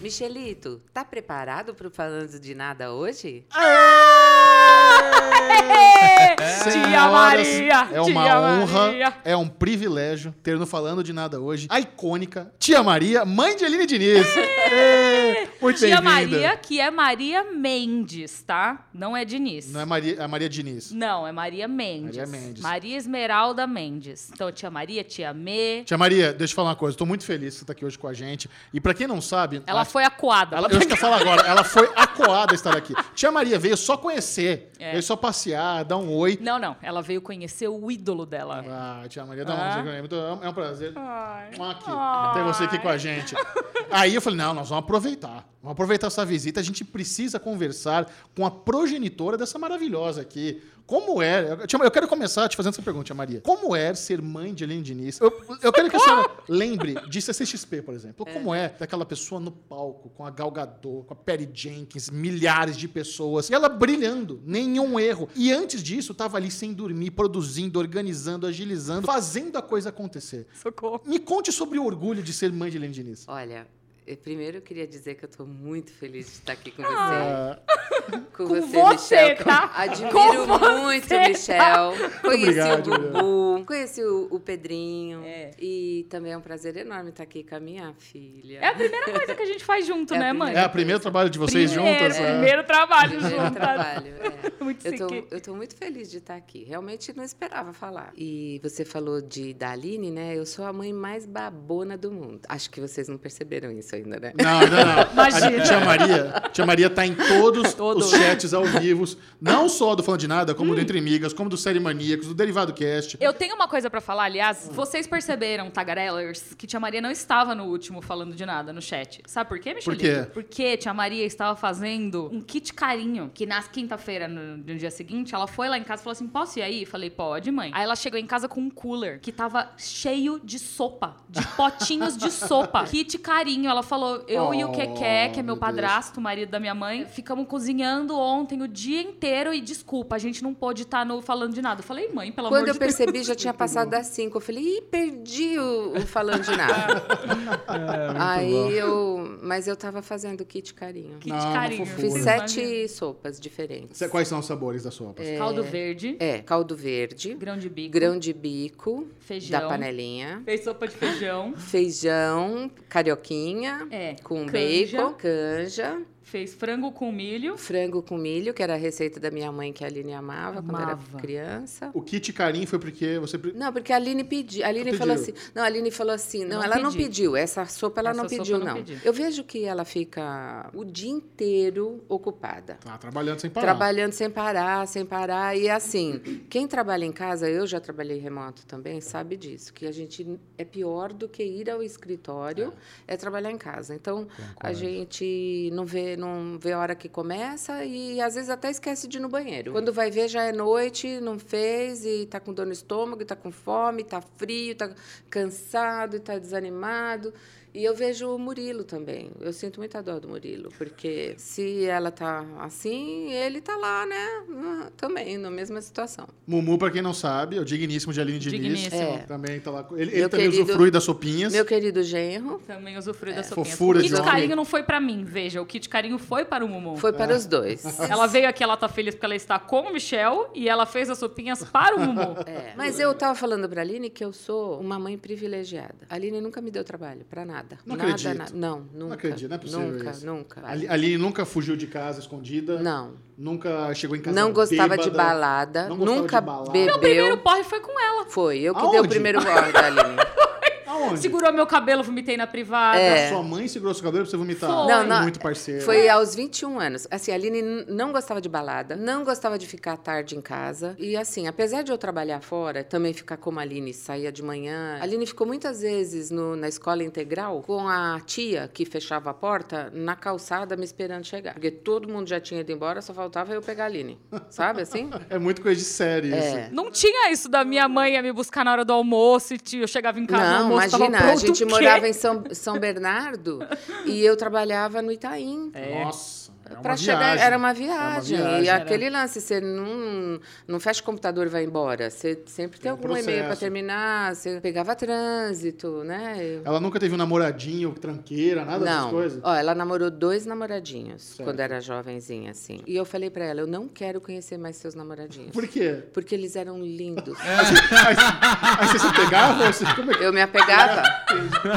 Michelito, tá preparado pro Falando de Nada hoje? Senhoras, Maria, É Tia uma honra, Maria. é um privilégio ter no Falando de Nada hoje a icônica Tia Maria, mãe de Aline Diniz. Ê, Muito Tia bem-vinda. Maria, que é Maria Mendes, tá? Não é Diniz. Não é Maria, a Maria Diniz. Não, é Maria Mendes. Maria Mendes. Maria Esmeralda Mendes. Então, tia Maria, tia Mê. Tia Maria, deixa eu falar uma coisa. Tô muito feliz que você tá aqui hoje com a gente. E pra quem não sabe... Ela a- foi acuada. Ela, eu acho que eu falo agora, ela foi acoada a estar aqui. Tia Maria veio só conhecer, É. veio só passear, dar um oi. Não, não. Ela veio conhecer o ídolo dela. Ah, Tia Maria, dá Ah. um jeito, é muito- é um prazer. Ai. Ó, Aqui, Ai. ter você aqui com a gente. Aí eu falei, não, nós vamos aproveitar. Vamos aproveitar essa visita. A gente precisa conversar com a progenitora dessa maravilhosa aqui. Como é... Eu, Tia- eu quero começar te fazendo essa pergunta, Tia Maria. Como é ser mãe de Aline Diniz? Eu, eu quero que a senhora lembre de CCXP, por exemplo. Como é daquela pessoa no palco, com a Gal Gadot, com a Perry Jenkins, milhares de pessoas. E ela brilhando, nenhum erro. E antes disso, tava ali sem dormir, produzindo, organizando, agilizando, fazendo a coisa acontecer. Socorro. Me conte sobre o orgulho de ser mãe de Helene Diniz. Olha, eu primeiro eu queria dizer que eu tô muito feliz de estar aqui com você. Ah, Com, Com você, você, Michel. tá? Admiro Com você, muito, tá? Michel. Conheci obrigado, o Gugu, conheci o, o Pedrinho. É. E também é um prazer enorme estar aqui com a minha filha. É a primeira coisa que a gente faz junto, É a né, primeira- mãe? é o primeiro trabalho de vocês primeiro, é. juntas? né? Primeiro trabalho Primeiro juntas. trabalho. é. Muito Eu tô, chique. eu tô muito feliz de estar aqui. Realmente não esperava falar. E você falou de da Aline, né? Eu sou a mãe mais babona do mundo. Acho que vocês não perceberam isso ainda, né? Não, não, não. Imagina. A tia Maria, tia Maria tá em todos Todos. os chats ao vivo, não só do Falando de Nada, como Hum. do Entre Migas, como do Série Maníacos, do Derivado Cast. Eu tenho uma coisa pra falar, aliás, vocês perceberam, tagarellers, que Tia Maria não estava no último falando de nada no chat. Sabe por quê, Michelito? quê? Porque Tia Maria estava fazendo um kit carinho, que na quinta-feira, no, no dia seguinte, ela foi lá em casa e falou assim, posso ir aí? Falei, pode, mãe. Aí ela chegou em casa com um cooler que tava cheio de sopa, de potinhos de sopa. Kit carinho. Ela falou, eu e o Oh, Keké, que é meu meu Deus. padrasto, padrasto, o marido da minha mãe, ficamos cozinhando ontem o dia inteiro e desculpa, a gente não pôde estar no falando de nada. Eu falei, mãe, pelo Quando amor eu de Deus. percebi, já tinha passado das cinco. Eu falei, ih, perdi o, o falando de nada. É, Aí eu. Mas eu tava fazendo kit carinho. Que Não, é de uma carinho. fofura. Fiz Fui. sete sopas diferentes. Cê- Quais são os sabores da sopa? Caldo verde, É, caldo verde, grão de bico, grão de bico, Feijão. da panelinha, fez sopa de feijão, feijão, carioquinha, É, com canja. bacon, canja, fez frango com milho. frango com milho, que era a receita da minha mãe que a Aline amava, quando Amava. era criança. O kit carinho foi porque você... pre- Não, porque a Aline pediu. A Aline Pediu. falou assim. Não, a Aline falou assim. Não, Não ela não pedi. pediu. Essa sopa ela Essa não sopa pediu, eu não não. pedi. Eu vejo que ela fica o dia inteiro ocupada. Tá trabalhando sem parar. Trabalhando sem parar, sem parar. E assim, quem trabalha em casa, eu já trabalhei remoto também, sabe disso. Que a gente é pior do que ir ao escritório, Tá. é, trabalhar em casa. Então, a gente não vê, não vê a hora que começa e às vezes até esquece de ir no banheiro. Quando vai ver, já é noite, não fez, e tá com dor no estômago, e tá com fome, tá frio, tá cansado, e tá desanimado. E eu vejo o Murilo também. Eu sinto muita dor do Murilo, porque se ela tá assim, ele tá lá, né? Ah, Também, na mesma situação. Mumu, pra quem não sabe, é o digníssimo de Aline Diniz. Digníssimo. É. Também tá lá. com- Ele, Meu ele também querido- usufrui das sopinhas. Meu querido genro Também usufrui É, da sopinha. Fofura o de kit homem. carinho não foi pra mim, veja. O kit carinho foi para o Mumu. foi para os dois. Ela veio aqui, ela tá feliz porque ela está com o Michel e ela fez as sopinhas para o Mumu. É, Mas eu tava falando pra Aline que eu sou uma mãe privilegiada. A Aline nunca me deu trabalho, pra nada. Não nada, acredito. nada. Não, nunca. acredito, não é possível Nunca, isso. nunca. A Li- a Aline nunca fugiu de casa escondida. Não. Nunca chegou em casa Não gostava de bêbada. balada, Não gostava nunca de balada. O bebeu. primeiro porre foi com ela. Foi, eu que dei o Aonde? primeiro gole da Aline. Aonde? Segurou meu cabelo, vomitei na privada. A sua mãe segurou seu cabelo pra você vomitar. É Foi. É. Não, não, Muito parceiro. É. Foi aos 21 anos. Assim, a Aline n- não gostava de balada, não gostava de ficar tarde em casa. E assim, apesar de eu trabalhar fora, também ficar como a Aline, saía de manhã. A Aline ficou muitas vezes no- na escola integral com a tia que fechava a porta na calçada me esperando chegar. Porque todo mundo já tinha ido embora, só faltava eu pegar a Aline. Sabe assim? É muito coisa de série isso. Não tinha isso da minha mãe ia me buscar na hora do almoço e tio, eu chegava em casa no Não, almoço tava imagina, a pronto, gente o quê? É. morava em São, São Bernardo e eu trabalhava no Itaim. Nossa. é uma Pra chegar viagem. era uma viagem. Era uma viagem. E Era. aquele lance, você não, não fecha o computador e vai embora. Você sempre tem um algum e-mail para processo. terminar, você pegava trânsito, né? Eu- Ela nunca teve um namoradinho, tranqueira, nada dessas não. coisas? Ó, ela namorou dois namoradinhos Certo. quando era jovenzinha, assim. E eu falei pra ela, eu não quero conhecer mais seus namoradinhos. Por quê? Porque eles eram lindos. Aí, aí você se pegava? Você, como é que... Eu me apegava.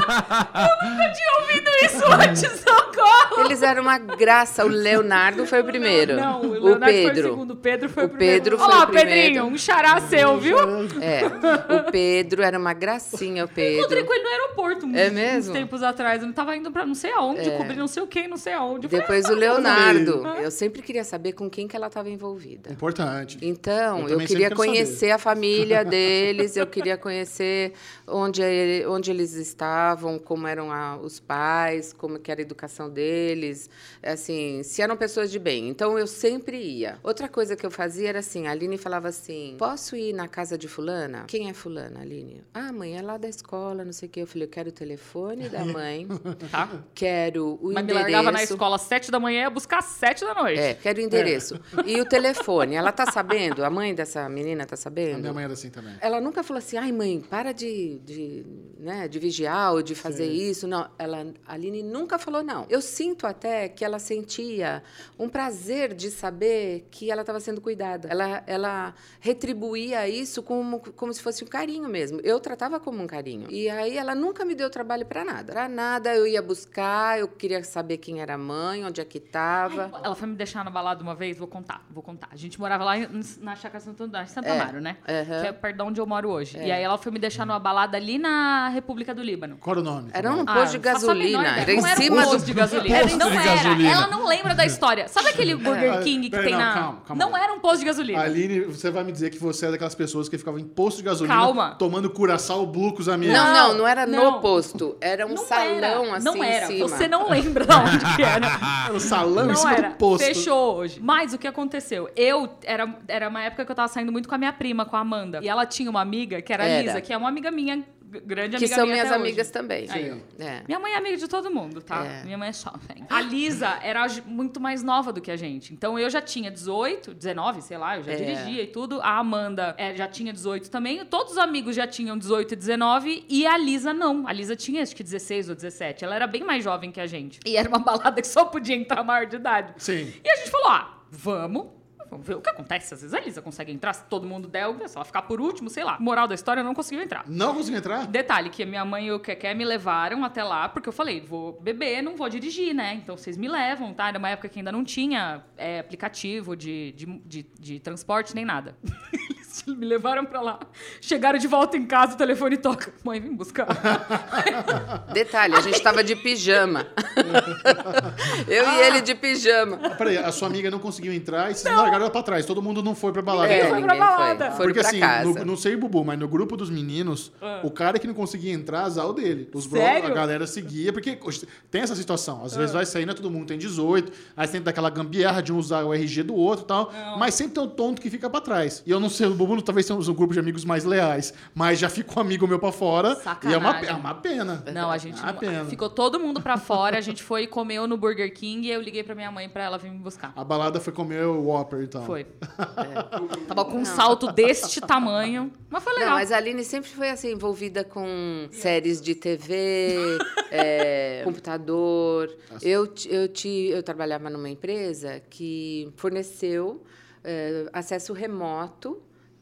Eu tinha ouvido isso antes, socorro! Eles eram uma graça. O Leonardo foi o primeiro. Não, o Leonardo Pedro. foi o segundo, o Pedro foi o, O Pedro primeiro. foi Olha lá, o primeiro. Pedrinho, um xará seu, viu? É. O Pedro era uma gracinha, o Encontrei Pedro. com ele no aeroporto uns, É mesmo? É. uns tempos atrás. Ele tava indo pra não sei aonde, cobrir não sei o que, não sei aonde. Eu Ah. falei, Depois o Leonardo. Eu sempre queria saber com quem que ela estava envolvida. É Importante. Eu Então, eu, também sempre queria quero conhecer a família deles, eu queria conhecer onde, ele- onde eles estavam, como eram a- os pais, como que era a educação deles, assim, se eram pessoas de bem. Então, eu sempre ia. Outra coisa que eu fazia era assim, a Aline falava assim, posso ir na casa de fulana? Quem é fulana, Aline? Ah, mãe, é lá da escola, não sei o quê. Eu falei, eu quero o telefone da mãe, tá. quero o Mas me endereço... largava na escola às sete da manhã e ia buscar às sete da noite. É, quero o endereço. E o telefone. Ela tá sabendo? A mãe dessa menina tá A minha sabendo? mãe era assim também. Ela nunca falou assim, ai mãe, para de, de, né, de vigiar ou de fazer isso. Não, ela, a Aline nunca falou não. Eu sinto até que ela sentia um prazer de saber que ela estava sendo cuidada. Ela, ela retribuía isso como, como se fosse um carinho mesmo. Eu tratava como um carinho. E aí ela nunca me deu trabalho para nada. Para nada, eu ia buscar, eu queria saber quem era a mãe, onde é que estava. Ela foi me deixar na balada uma vez, vou contar, vou contar. A gente morava lá em- na Chácara Santo André, em Santo Amaro, né? aham. Que é perto de onde eu moro hoje. E aí ela foi me deixar numa balada ali na República do Líbano. Qual era o nome? Era um Ah, posto de não faço a menor gasolina. ideia. Era em Não um cima posto do. de gasolina. Era, não de era. gasolina. Ela não lembra da história. Sabe É. aquele Burger King que Pera, tem não, na... calma, calma. Não era um posto de gasolina. Aline, você vai me dizer que você é daquelas pessoas que ficava em posto de gasolina Calma. tomando curaçal, blucos, amigos. Não, não, não era Não. no posto. Era um Não salão era. assim Não era. em cima. Você não lembra de onde que era. Era um salão em Não cima era. do posto. Fechou hoje. Mas o que aconteceu? Eu era, era uma época que eu tava saindo muito com a minha prima, com a Amanda. E ela tinha uma amiga que era, a Era. Lisa, que é uma amiga minha, g- grande Que amiga são minha minhas até hoje. amigas também. Aí, É. Minha mãe é amiga de todo mundo, tá? É. Minha mãe é jovem. A Lisa era j- muito mais nova do que a gente. Então eu já tinha 18, 19, sei lá, eu já É. dirigia e tudo. A Amanda é, já tinha 18 também. Todos os amigos já tinham 18 e 19. E a Lisa não. A Lisa tinha acho que 16 ou 17. Ela era bem mais jovem que a gente. E era uma balada que só podia entrar maior de idade. Sim. E a gente falou: ah, vamos. Vamos ver o que acontece. Às vezes a Lisa consegue entrar, se todo mundo der, se ela ficar por último, sei lá. Moral da história, não conseguiu entrar. Não conseguiu entrar? Detalhe que a minha mãe e o Keké me levaram até lá, porque eu falei, vou beber, não vou dirigir, né? Então vocês me levam, tá? Era uma época que ainda não tinha é, aplicativo de, de, de, de transporte nem nada. Eles me levaram pra lá. Chegaram de volta em casa, o telefone toca. Mãe, vem buscar. Detalhe, a gente tava de pijama. Eu e ele de pijama. Ah, Peraí, a sua amiga não conseguiu entrar e vocês largaram ela pra trás. Todo mundo não foi pra balada. É, então. Ah, pra balada. foi. Foram Porque pra assim, casa. no- não sei o Bubu, mas no grupo dos meninos, o cara que não conseguia entrar, azar o dele. Os bro, a Sério? galera seguia, porque oxe, tem essa situação. Às vezes vai sair, né? Todo mundo tem 18, aí você tem daquela gambiarra de um usar o RG do outro e tal. Mas sempre tem um tonto que fica pra trás. E eu não sei, o Bubu talvez seja um grupo de amigos mais leais, mas já fica um amigo meu pra fora. E é uma, Sacanagem. é uma pena. Não, a gente É uma não- pena. ficou todo mundo pra fora, a gente foi e comeu no Burger King e eu liguei pra minha mãe pra ela vir me buscar. A balada foi comer o Whopper, então. Foi. Tava com um salto deste tamanho, mas foi legal. Não, mas a Aline sempre foi assim, envolvida com séries de TV, é, computador. Eu, ti- eu, ti- eu trabalhava numa empresa que forneceu é, acesso remoto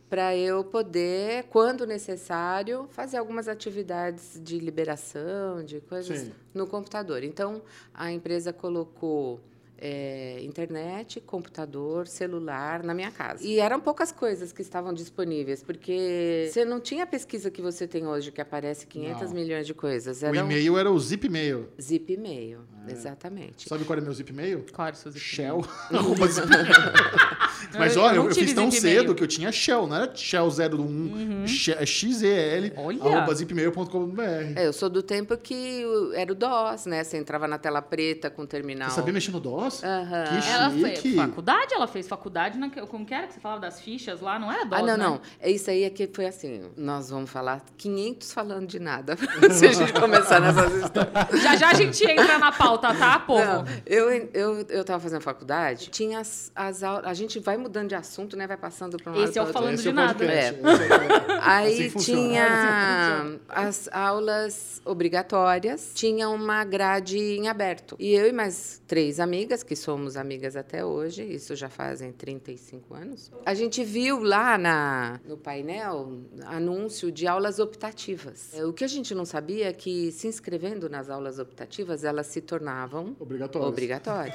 para eu poder, quando necessário, fazer algumas atividades de liberação, de coisas Sim. no computador. Então, a empresa colocou é, internet, computador, celular na minha casa. E eram poucas coisas que estavam disponíveis, porque você não tinha a pesquisa que você tem hoje, que aparece 500 Não. milhões de coisas. O Era um e-mail É. era o zip e-mail. zip e-mail, exatamente. Sabe qual era meu zip e-mail? Qual era o seu desempenho? Shell. Arroba zip e-mail. Mas Eu- eu olha, eu, não eu tive fiz tão zip e-mail. Uhum. cedo que eu tinha Shell, não era Shell 01, She- é XEL, Olha. arroba zipmail.com.br. É, eu sou do tempo que o- era o DOS, né? Você entrava na tela preta com o terminal. Você sabia mexer no DOS? Nossa, Tá Aham. que Ela fez chique. faculdade, ela fez faculdade, na, como que era que você falava das fichas lá, não era dose, Ah, não, né? não. É isso aí é que foi assim. Nós vamos falar 500 falando de nada se a gente começar nessas histórias. Já já a gente entra na pauta, tá, povo? Não, eu, eu, eu tava fazendo faculdade, tinha as, as aulas. A gente vai mudando de assunto, né? Vai passando para um lado. Esse é o pra outro. falando Esse de é o nada. podcast. É. Esse é o- Aí assim funciona. assim tinha as aulas obrigatórias, tinha uma grade em aberto. E eu e mais três amigas, que somos amigas até hoje, isso já fazem 35 anos, a gente viu lá na, no painel anúncio de aulas optativas. É, O que a gente não sabia é que se inscrevendo nas aulas optativas, elas se tornavam Obrigatório. obrigatórias.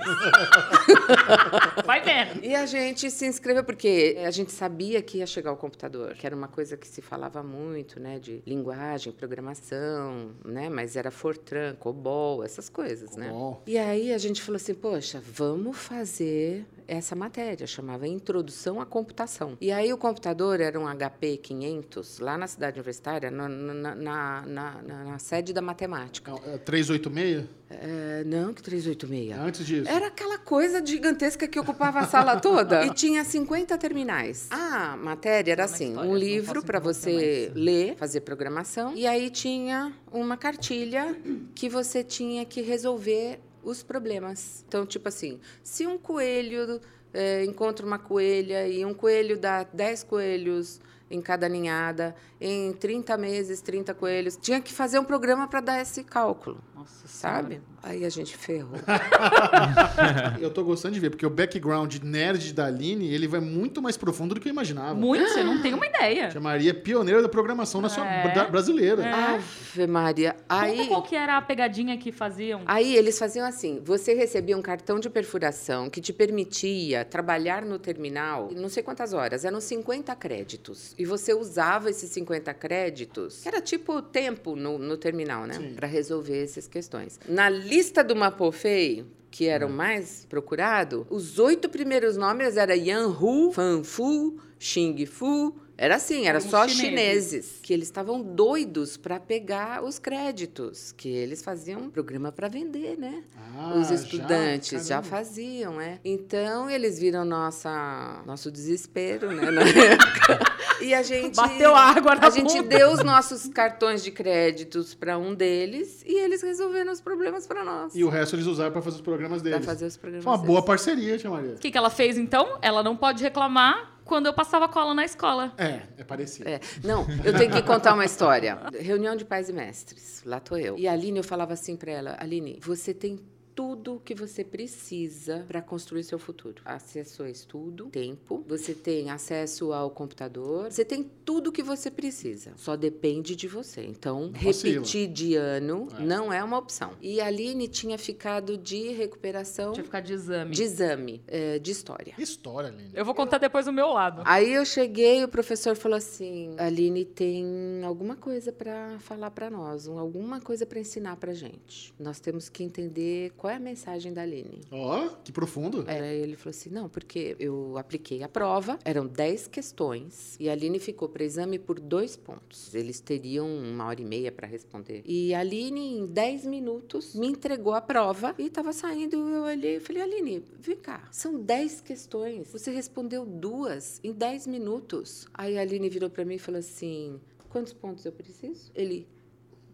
Vai vendo. E a gente se inscreveu porque eh, a gente sabia que ia chegar o computador, que era uma coisa que se falava muito, né, de linguagem, programação, né, mas era Fortran, COBOL, essas coisas, né? Bom. E aí a gente falou assim, poxa, vamos fazer essa matéria, chamava Introdução à Computação. E aí o computador era um HP 500, lá na cidade universitária, na, na, na, na- na- na sede da matemática. Não, é 386? É, não, que 386. Antes disso. Era aquela coisa gigantesca que ocupava a sala toda. e tinha 50 terminais. A matéria era uma assim: história, um não livro posso para interromper você ler, fazer programação. E aí tinha uma cartilha que você tinha que resolver os problemas. Então, tipo assim, se um coelho eh, encontra uma coelha e um coelho dá 10 coelhos em cada ninhada, em 30 meses, 30 coelhos, tinha que fazer um programa para dar esse cálculo, Nossa, sabe? Aí a gente ferrou. Eu tô gostando de ver, porque o background nerd da Aline, ele vai muito mais profundo do que eu imaginava. Muito, você não tem uma ideia. Tia Maria é pioneira da programação nacional, É. bra- brasileira. Ave Maria. Conta um Aí, qual que era a pegadinha que faziam. aí eles faziam assim: você recebia um cartão de perfuração que te permitia trabalhar no terminal não sei quantas horas, eram 50 créditos. E você usava esses 50 créditos, que era tipo tempo no, no terminal, né? Sim. Para resolver essas questões. Na lista do Mapofei. Que era o mais procurado, os oito primeiros nomes era Yan Hu, Fan Fu, Xing Fu. Era assim, era Eram só chineses. chinês chineses, que eles estavam doidos para pegar os créditos, que eles faziam um programa para vender, né? Ah, Os já? estudantes já, Caramba. faziam, é. Então eles viram nossa, nosso desespero, né? Na época. E a gente Bateu água na a gente bunda. deu os nossos cartões de créditos para um deles e eles resolveram os problemas para nós. E o resto eles usaram pra fazer os programas Para deles. fazer os programas. Foi uma deles. boa parceria, Tia Maria. O que, que ela fez, então? Ela não pode reclamar quando eu passava cola na escola. Então, É, é parecido. É. Não, eu tenho que contar uma história. Reunião de pais e mestres, lá tô eu. E a Aline, eu falava assim pra ela, Aline, você tem tudo que você precisa para construir seu futuro. Acesso a estudo, tempo, você tem acesso ao computador, você tem tudo que você precisa. Só depende de você. Então, vacila. repetir de ano É. não é uma opção. E a Aline tinha ficado de recuperação Deixa eu ficar de exame. de exame, eh, de história. Que é. História, Aline. Eu vou contar depois o meu lado. Aí eu cheguei, o professor falou assim: Aline tem alguma coisa pra falar pra nós, um- alguma coisa pra ensinar pra gente. Nós temos que entender qual é a mensagem da Aline. Ó, que profundo. Aí ele falou assim: não, porque eu apliquei a prova, eram 10 questões, e a Aline ficou para exame por dois pontos. Eles teriam uma hora e meia para responder. E a Aline, em 10 minutos, me entregou a prova e estava saindo. Eu olhei e falei: Aline, vem cá, são 10 questões. Você respondeu duas em 10 minutos. Aí a Aline virou para mim e falou assim: quantos pontos eu preciso? Ele.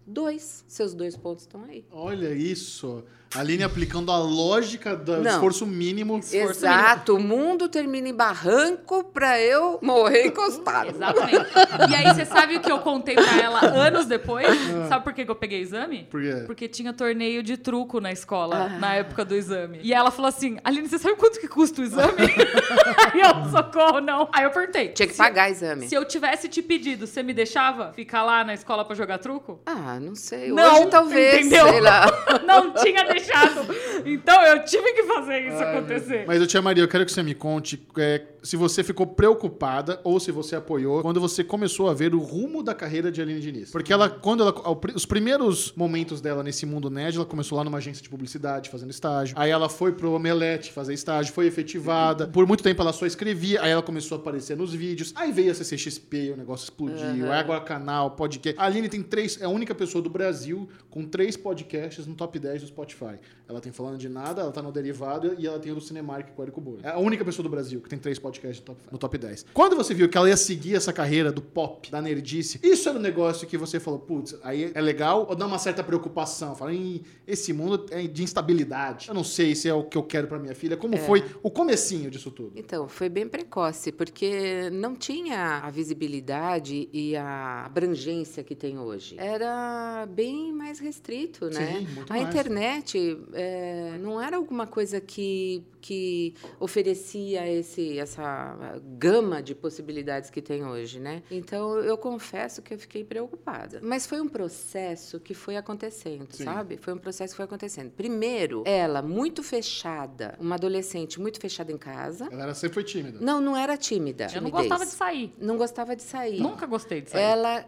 Dois. Seus dois pontos estão aí. Olha isso. A Aline aplicando a lógica do Não. esforço mínimo. Exato, o mundo termina em barranco pra eu morrer encostado. Exatamente. E aí, você sabe o que eu contei pra ela anos depois? Sabe por que que eu peguei exame? Por quê? Porque tinha torneio de truco na escola, Ah. na época do exame. E ela falou assim: Aline, você sabe quanto que custa o exame? aí eu, socorro, não. Aí eu perguntei. Tinha que "Se- pagar né? exame. Se eu tivesse te pedido, você me deixava ficar lá na escola pra jogar truco? Ah, não sei. Não, Hoje talvez, entendeu? sei lá. Não tinha deixado. Então eu tive que fazer isso acontecer. Mas, eu, Tia Maria, eu quero que você me conte é, se você ficou preocupada ou se você apoiou quando você começou a ver o rumo da carreira de Aline Diniz. Porque ela, quando ela. ao pri- Os primeiros momentos dela nesse mundo nerd, ela começou lá numa agência de publicidade fazendo estágio. Aí ela foi pro Omelete fazer estágio, foi efetivada. Por muito tempo ela só escrevia, aí ela começou a aparecer nos vídeos. Aí veio a CCXP, o negócio explodiu. Aí agora canal, podcast. A Aline tem três. É a única pessoa do Brasil com três podcasts no top 10 do Spotify. Cinemark. Ela tem Falando de Nada, ela tá no Derivado e ela tem o do Cinemark com o Érico Borges. É a única pessoa do Brasil que tem três podcasts no top, no top 10. Quando você viu que ela ia seguir essa carreira do pop, da nerdice, isso era um negócio que você falou, putz, aí é legal ou dá uma certa preocupação? Fala, "Ih, esse mundo é de instabilidade. Eu não sei se é o que eu quero pra minha filha. Como foi o comecinho disso tudo? Então, foi bem precoce, porque não tinha a visibilidade e a abrangência que tem hoje. Era bem mais restrito, né? Sim, muito a mais. internet é, não era alguma coisa que, que oferecia esse, essa gama de possibilidades que tem hoje, né? Então, eu confesso que eu fiquei preocupada. Mas foi um processo que foi acontecendo, Sim. sabe? sabe? Foi um processo que foi acontecendo. Primeiro, ela muito fechada, uma adolescente muito fechada em casa. Ela era, sempre foi tímida. Não, não era tímida. Eu não timidez. gostava de sair. Não gostava de sair. Nunca gostei de sair. Ela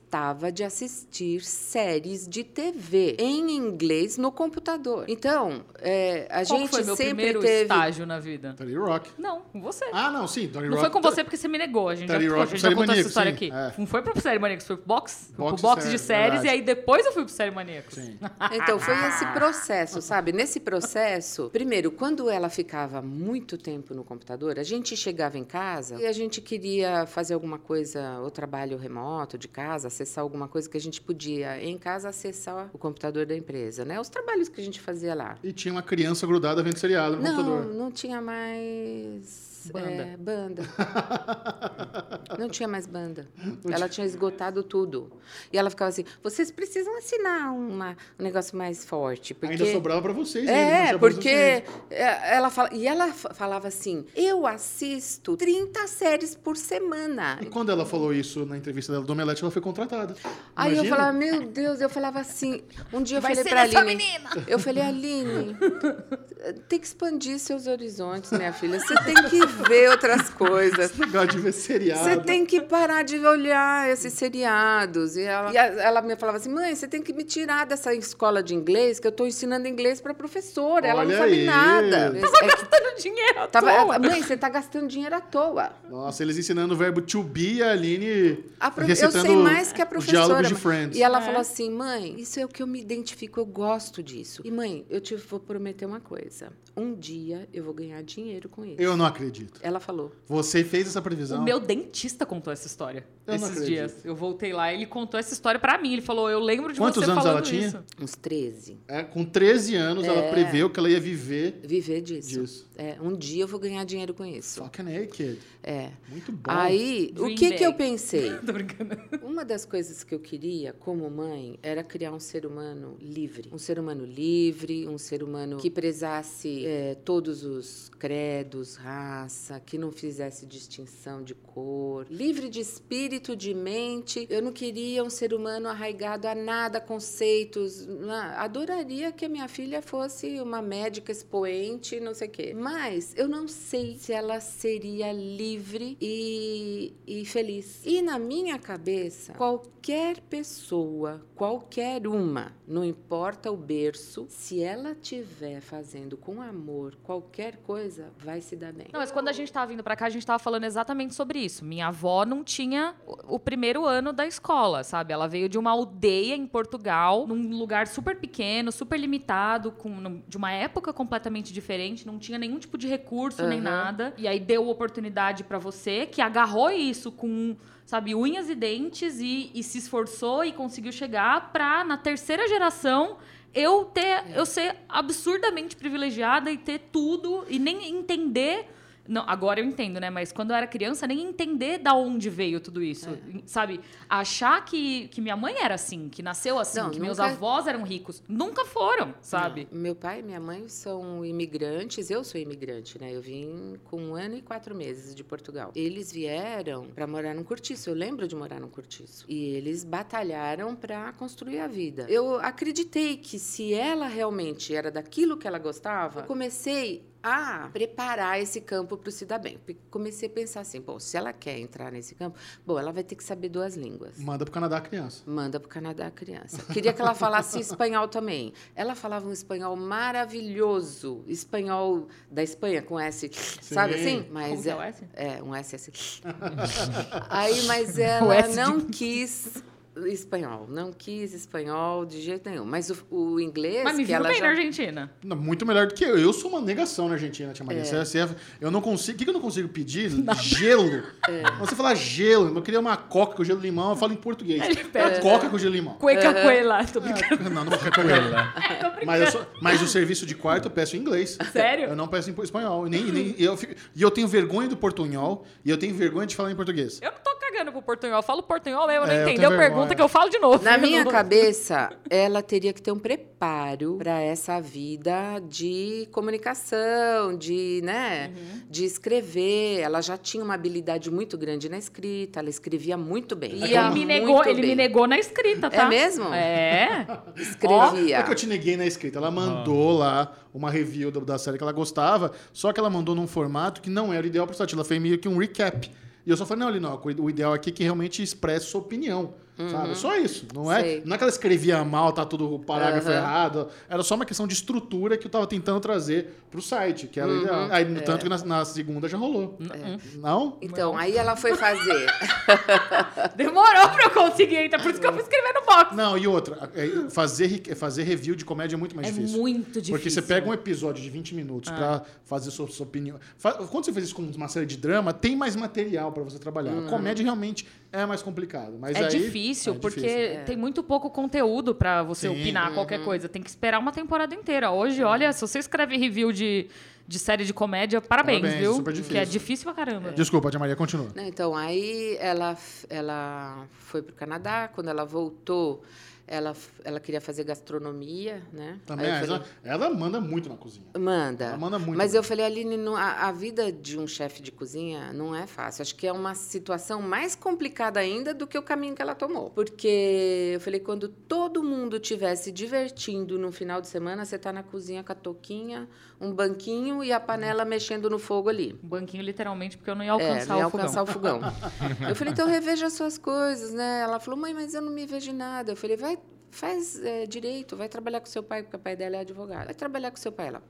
gostava de assistir séries de TV em inglês no computador. Então, é, a Qual gente foi meu sempre primeiro teve. estágio na vida? Tony Rock. Não, com você. Ah, não, sim, Tony não Rock. foi com você porque você me negou. A gente já, Teddy pô, a Rock gente pro já contou Série essa história Tá Maníaco, aqui. sim, é. Não foi pro Série Maníacos, foi pro box? Foi Box pro box e de série, séries e verdade. aí depois eu fui pro Série Maníacos. Sim. Então, foi esse processo, sabe? Nesse processo, primeiro, quando ela ficava muito tempo no computador, a gente chegava em casa e a gente queria fazer alguma coisa, ou trabalho remoto de casa, acessar alguma coisa que a gente podia em casa acessar o computador da empresa, né? Os trabalhos que a gente fazia lá. E tinha uma criança grudada vendo seriado no Não, computador. não tinha mais Banda. é, banda. Não tinha mais banda. Ela tinha esgotado tudo. E ela ficava assim: vocês precisam assinar uma- um negócio mais forte. Porque Ainda sobrava pra vocês. ainda, não é, tinha porque produção é, ela fala, e ela fa- falava assim: "Eu assisto 30 séries por semana". E quando ela falou isso na entrevista dela do Omelete, ela foi contratada. Aí eu Imagina? falava: "Meu Deus", eu falava assim. Um dia eu Vai falei ser pra essa Aline. Eu falei: "Aline, tem que expandir seus horizontes, minha filha. Você tem que ver outras coisas. Legal de ver seriado. Você tem que parar de olhar esses seriados. E ela, e a- ela me falava assim: mãe, você tem que me tirar dessa escola de inglês, que eu estou ensinando inglês para professora. Ela não Olha sabe aí. nada. É que Gastando tá dinheiro à Tava- toa. Mãe, você tá gastando dinheiro à toa. Nossa, eles ensinando o verbo to be e a Aline A prof- Eu recitando sei mais que a os professora. diálogos de mãe. Friends. E ela É. falou assim: mãe, isso é o que eu me identifico, eu gosto disso. E mãe, eu te vou prometer uma coisa: um dia eu vou ganhar dinheiro com isso. Eu não acredito. Ela falou. Você fez essa previsão. O meu dentista contou essa história Eu não esses acredito. dias. Eu voltei lá, ele contou essa história pra mim. Ele falou: Eu lembro de Quantos você anos falando ela tinha? isso. Uns 13. É, com 13 anos, É. ela preveu que ela ia viver Viver disso. disso. É, um dia eu vou ganhar dinheiro com isso. Fucking naked. É. Muito bom. Aí, Dream o que, big. que eu pensei? Tô brincando. Uma das coisas que eu queria, como mãe, era criar um ser humano livre. Um ser humano livre, um ser humano que prezasse eh, todos os credos, raça, que não fizesse distinção de cor, livre de espírito, de mente. Eu não queria um ser humano arraigado a nada, conceitos. na- Adoraria que a minha filha fosse uma médica expoente, não sei o quê. Mas eu não sei se ela seria livre e, e feliz. E na minha cabeça, qualquer pessoa, qualquer uma, não importa o berço, se ela tiver fazendo com amor qualquer coisa, vai se dar bem. Não, mas quando a gente tava vindo pra cá, a gente tava falando exatamente sobre isso. Minha avó não tinha o o primeiro ano da escola, sabe? Ela veio de uma aldeia em Portugal, num lugar super pequeno, super limitado, com, num- de uma época completamente diferente, não tinha nenhum tipo de recurso nem Aham. nada. E aí deu oportunidade pra você, que agarrou isso com, sabe, unhas e dentes e, e se esforçou e conseguiu chegar pra, na terceira geração, eu ter, eu ser absurdamente privilegiada e ter tudo e nem entender. Não, agora eu entendo, né? Mas quando eu era criança, nem entender da onde veio tudo É. isso. Sabe? Achar que, que minha mãe era assim, que nasceu assim, Não, que meus nunca- avós eram ricos. Nunca foram, sabe? Meu pai e minha mãe são imigrantes, eu sou imigrante, né? Eu vim com um ano e quatro meses de Portugal. Eles vieram para morar num cortiço, eu lembro de morar num cortiço. E eles batalharam para construir a vida. Eu acreditei que se ela realmente era daquilo que ela gostava, eu comecei a preparar esse campo para se dar bem. Pe- Comecei a pensar assim, bom, se ela quer entrar nesse campo, bom, ela vai ter que saber duas línguas. Manda pro Canadá a criança. Manda pro Canadá a criança. Queria que ela falasse espanhol também. Ela falava um espanhol maravilhoso. Espanhol da Espanha, com S, sabe assim? Como Mas que é o é, S? é, um S assim. Aí, mas ela O S de- não quis espanhol. Não quis espanhol de jeito nenhum. Mas o, o inglês. Mas me que viu ela bem já... na Argentina. Não, Muito melhor do que eu. Eu sou uma negação na Argentina, Tia Maria. Você- você- eu não consigo. O que que eu É. não É. consigo pedir? Gelo. Você fala gelo, eu queria uma coca com gelo de limão, eu falo em português. Uma né? coca com gelo de limão. Cueca coelha. Tô Não, brincando. não vou ficar com ela. Mas, eu sou- mas o serviço de quarto eu peço em inglês. Sério? Eu não peço em espanhol. E, nem, e nem- e eu fico- e eu tenho vergonha do portunhol e eu tenho vergonha de falar em português. Eu não tô cagando pro portunhol. Eu falo portunhol mesmo, não É, eu tenho entendeu? Pergunta vergonha. que eu falo de novo. Na minha Não- cabeça, ela teria que ter um preparo para essa vida de comunicação, de, né, Uhum. de escrever. Ela já tinha uma habilidade muito grande na escrita, ela escrevia muito bem. E Lia ele me muito negou, ele me bem. negou na escrita, tá? mesmo? É. É Escrevia. que eu te neguei na escrita. Ela mandou lá uma review do- da série que ela gostava, só que ela mandou num formato que não era o ideal pro site. Ela fez meio que um recap. E eu só falei, não, Linoca, o o ideal aqui é que realmente expressa sua opinião. Sabe? Só isso. Não é, Uhum. Sei. não é que ela escrevia mal, tá todo o parágrafo Aham. errado. Era só uma questão de estrutura que eu tava tentando trazer pro site, que era o Uhum. ideal. Aí, É. no tanto que na, na segunda já rolou. Não? Então, aí ela foi fazer. Demorou pra eu conseguir, então por isso que eu fui escrever no box. Não, e outra, é, fazer, re- fazer review de comédia é muito mais É difícil. muito difícil. Porque você pega né? um episódio de 20 minutos Ah. pra fazer sua, sua opinião. Fa- Quando você faz isso com uma série de drama, tem mais material pra você trabalhar. Uhum. A comédia realmente é mais complicado. Mas É aí- difícil, é porque difícil. tem muito pouco conteúdo pra você Sim. opinar qualquer coisa. Tem que esperar uma temporada inteira. Hoje, olha, se você escreve review de, de série de comédia, parabéns, Parabéns, viu? super Que é difícil. difícil pra caramba. Desculpa, Tia Maria, continua. Né, Então, aí ela, f- ela foi para o Canadá. Quando ela voltou, ela, f- ela queria fazer gastronomia, né? Também, Aí eu ela, falei, ela manda muito na cozinha. Manda. Ela manda muito Mas bem. eu falei, Aline, não- a, a vida de um chefe de cozinha não é fácil. Acho que é uma situação mais complicada ainda do que o caminho que ela tomou. Porque eu falei, quando todo mundo estiver se divertindo no final de semana, você tá na cozinha com a touquinha, um banquinho e a panela mexendo no fogo ali. Um banquinho, literalmente, porque eu não É, ia alcançar não ia o fogão. alcançar o fogão. eu falei, então reveja as suas coisas, né? Ela falou, mãe, mas eu não me vejo em nada. Eu falei, vai, faz é, direito, vai trabalhar com seu pai, porque o pai dela é advogado. Vai trabalhar com seu pai. Ela,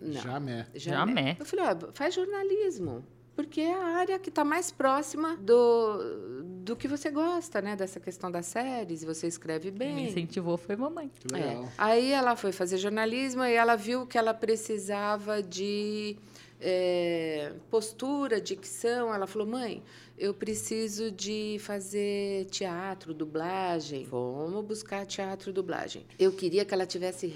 não. Jamé. Jamais. Eu falei, ó, faz jornalismo. Porque é a área que está mais próxima do, do que você gosta, né? Dessa questão das séries, você escreve Quem Me bem. incentivou foi mamãe. Que É. legal. Aí ela foi fazer jornalismo e ela viu que ela precisava de é, postura, dicção. Ela falou: mãe, eu preciso de fazer teatro, dublagem. Vamos buscar teatro, dublagem. Eu queria que ela tivesse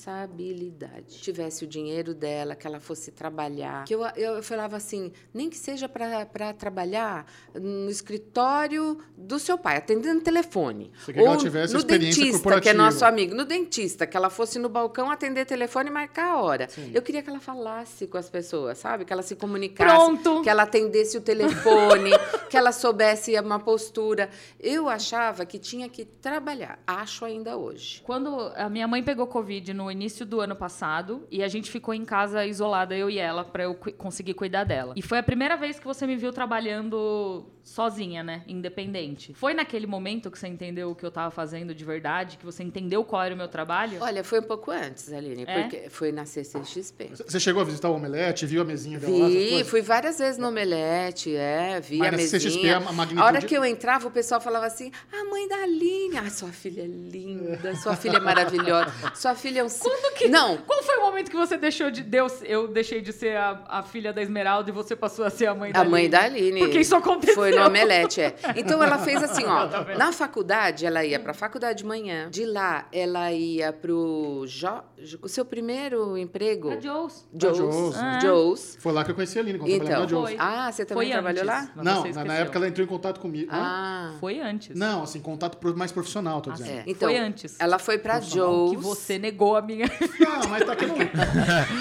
responsabilidade, tivesse o dinheiro dela, que ela fosse trabalhar. Que eu, eu falava assim: nem que seja para trabalhar no escritório do seu pai, atendendo telefone. Você quer que ela tivesse no experiência dentista, que é corporativa. nosso amigo, no dentista, que ela fosse no balcão atender telefone e marcar a hora. Eu queria que ela falasse com as pessoas, sabe? Que ela se comunicasse. Pronto. Que ela atendesse o telefone, que ela soubesse uma postura. Eu achava que tinha que trabalhar. Acho ainda hoje. Quando a minha mãe pegou Covid no início do ano passado e a gente ficou em casa isolada, eu e ela, pra eu cu- conseguir cuidar dela. E foi a primeira vez que você me viu trabalhando sozinha, né? Independente. Foi naquele momento que você entendeu o que eu tava fazendo de verdade, que você entendeu qual era o meu trabalho? Olha, foi um pouco antes, Aline, É? porque foi na CCXP. Você chegou a visitar o Omelete, viu a mesinha dela lá? essas Vi, coisas? fui várias vezes no Omelete, é, vi Mas a na mesinha. CXP a magnitude- A hora que eu entrava, o pessoal falava assim, a mãe da Aline, ah, sua filha é linda, sua filha é maravilhosa, sua filha é um... Quando que- Não, Qual foi o momento que você deixou de. Deu, eu deixei de ser a, a filha da Esmeralda e você passou a ser a mãe da a mãe Aline? da Aline. Porque isso aconteceu. Tá Foi no Omelete, é. Então ela fez assim, ó. Na faculdade, ela ia pra faculdade de manhã. De lá, ela ia pro. Jo... O seu primeiro emprego? A Jules. Joe's. Joe's. Ah. Joe's. Foi lá que eu conheci a Aline, quando eu Então. trabalhava na Jones. Foi. Ah, você também Foi trabalhou antes. lá? Mas Não, você na- na, esqueceu. época ela entrou em contato comigo. Hã? Ah. Foi antes. Não, assim, contato pro- mais profissional, tô dizendo. É, Foi Então, antes. Ela foi pra Que Joe's. você negou a minha. Não, mas tá aqui no...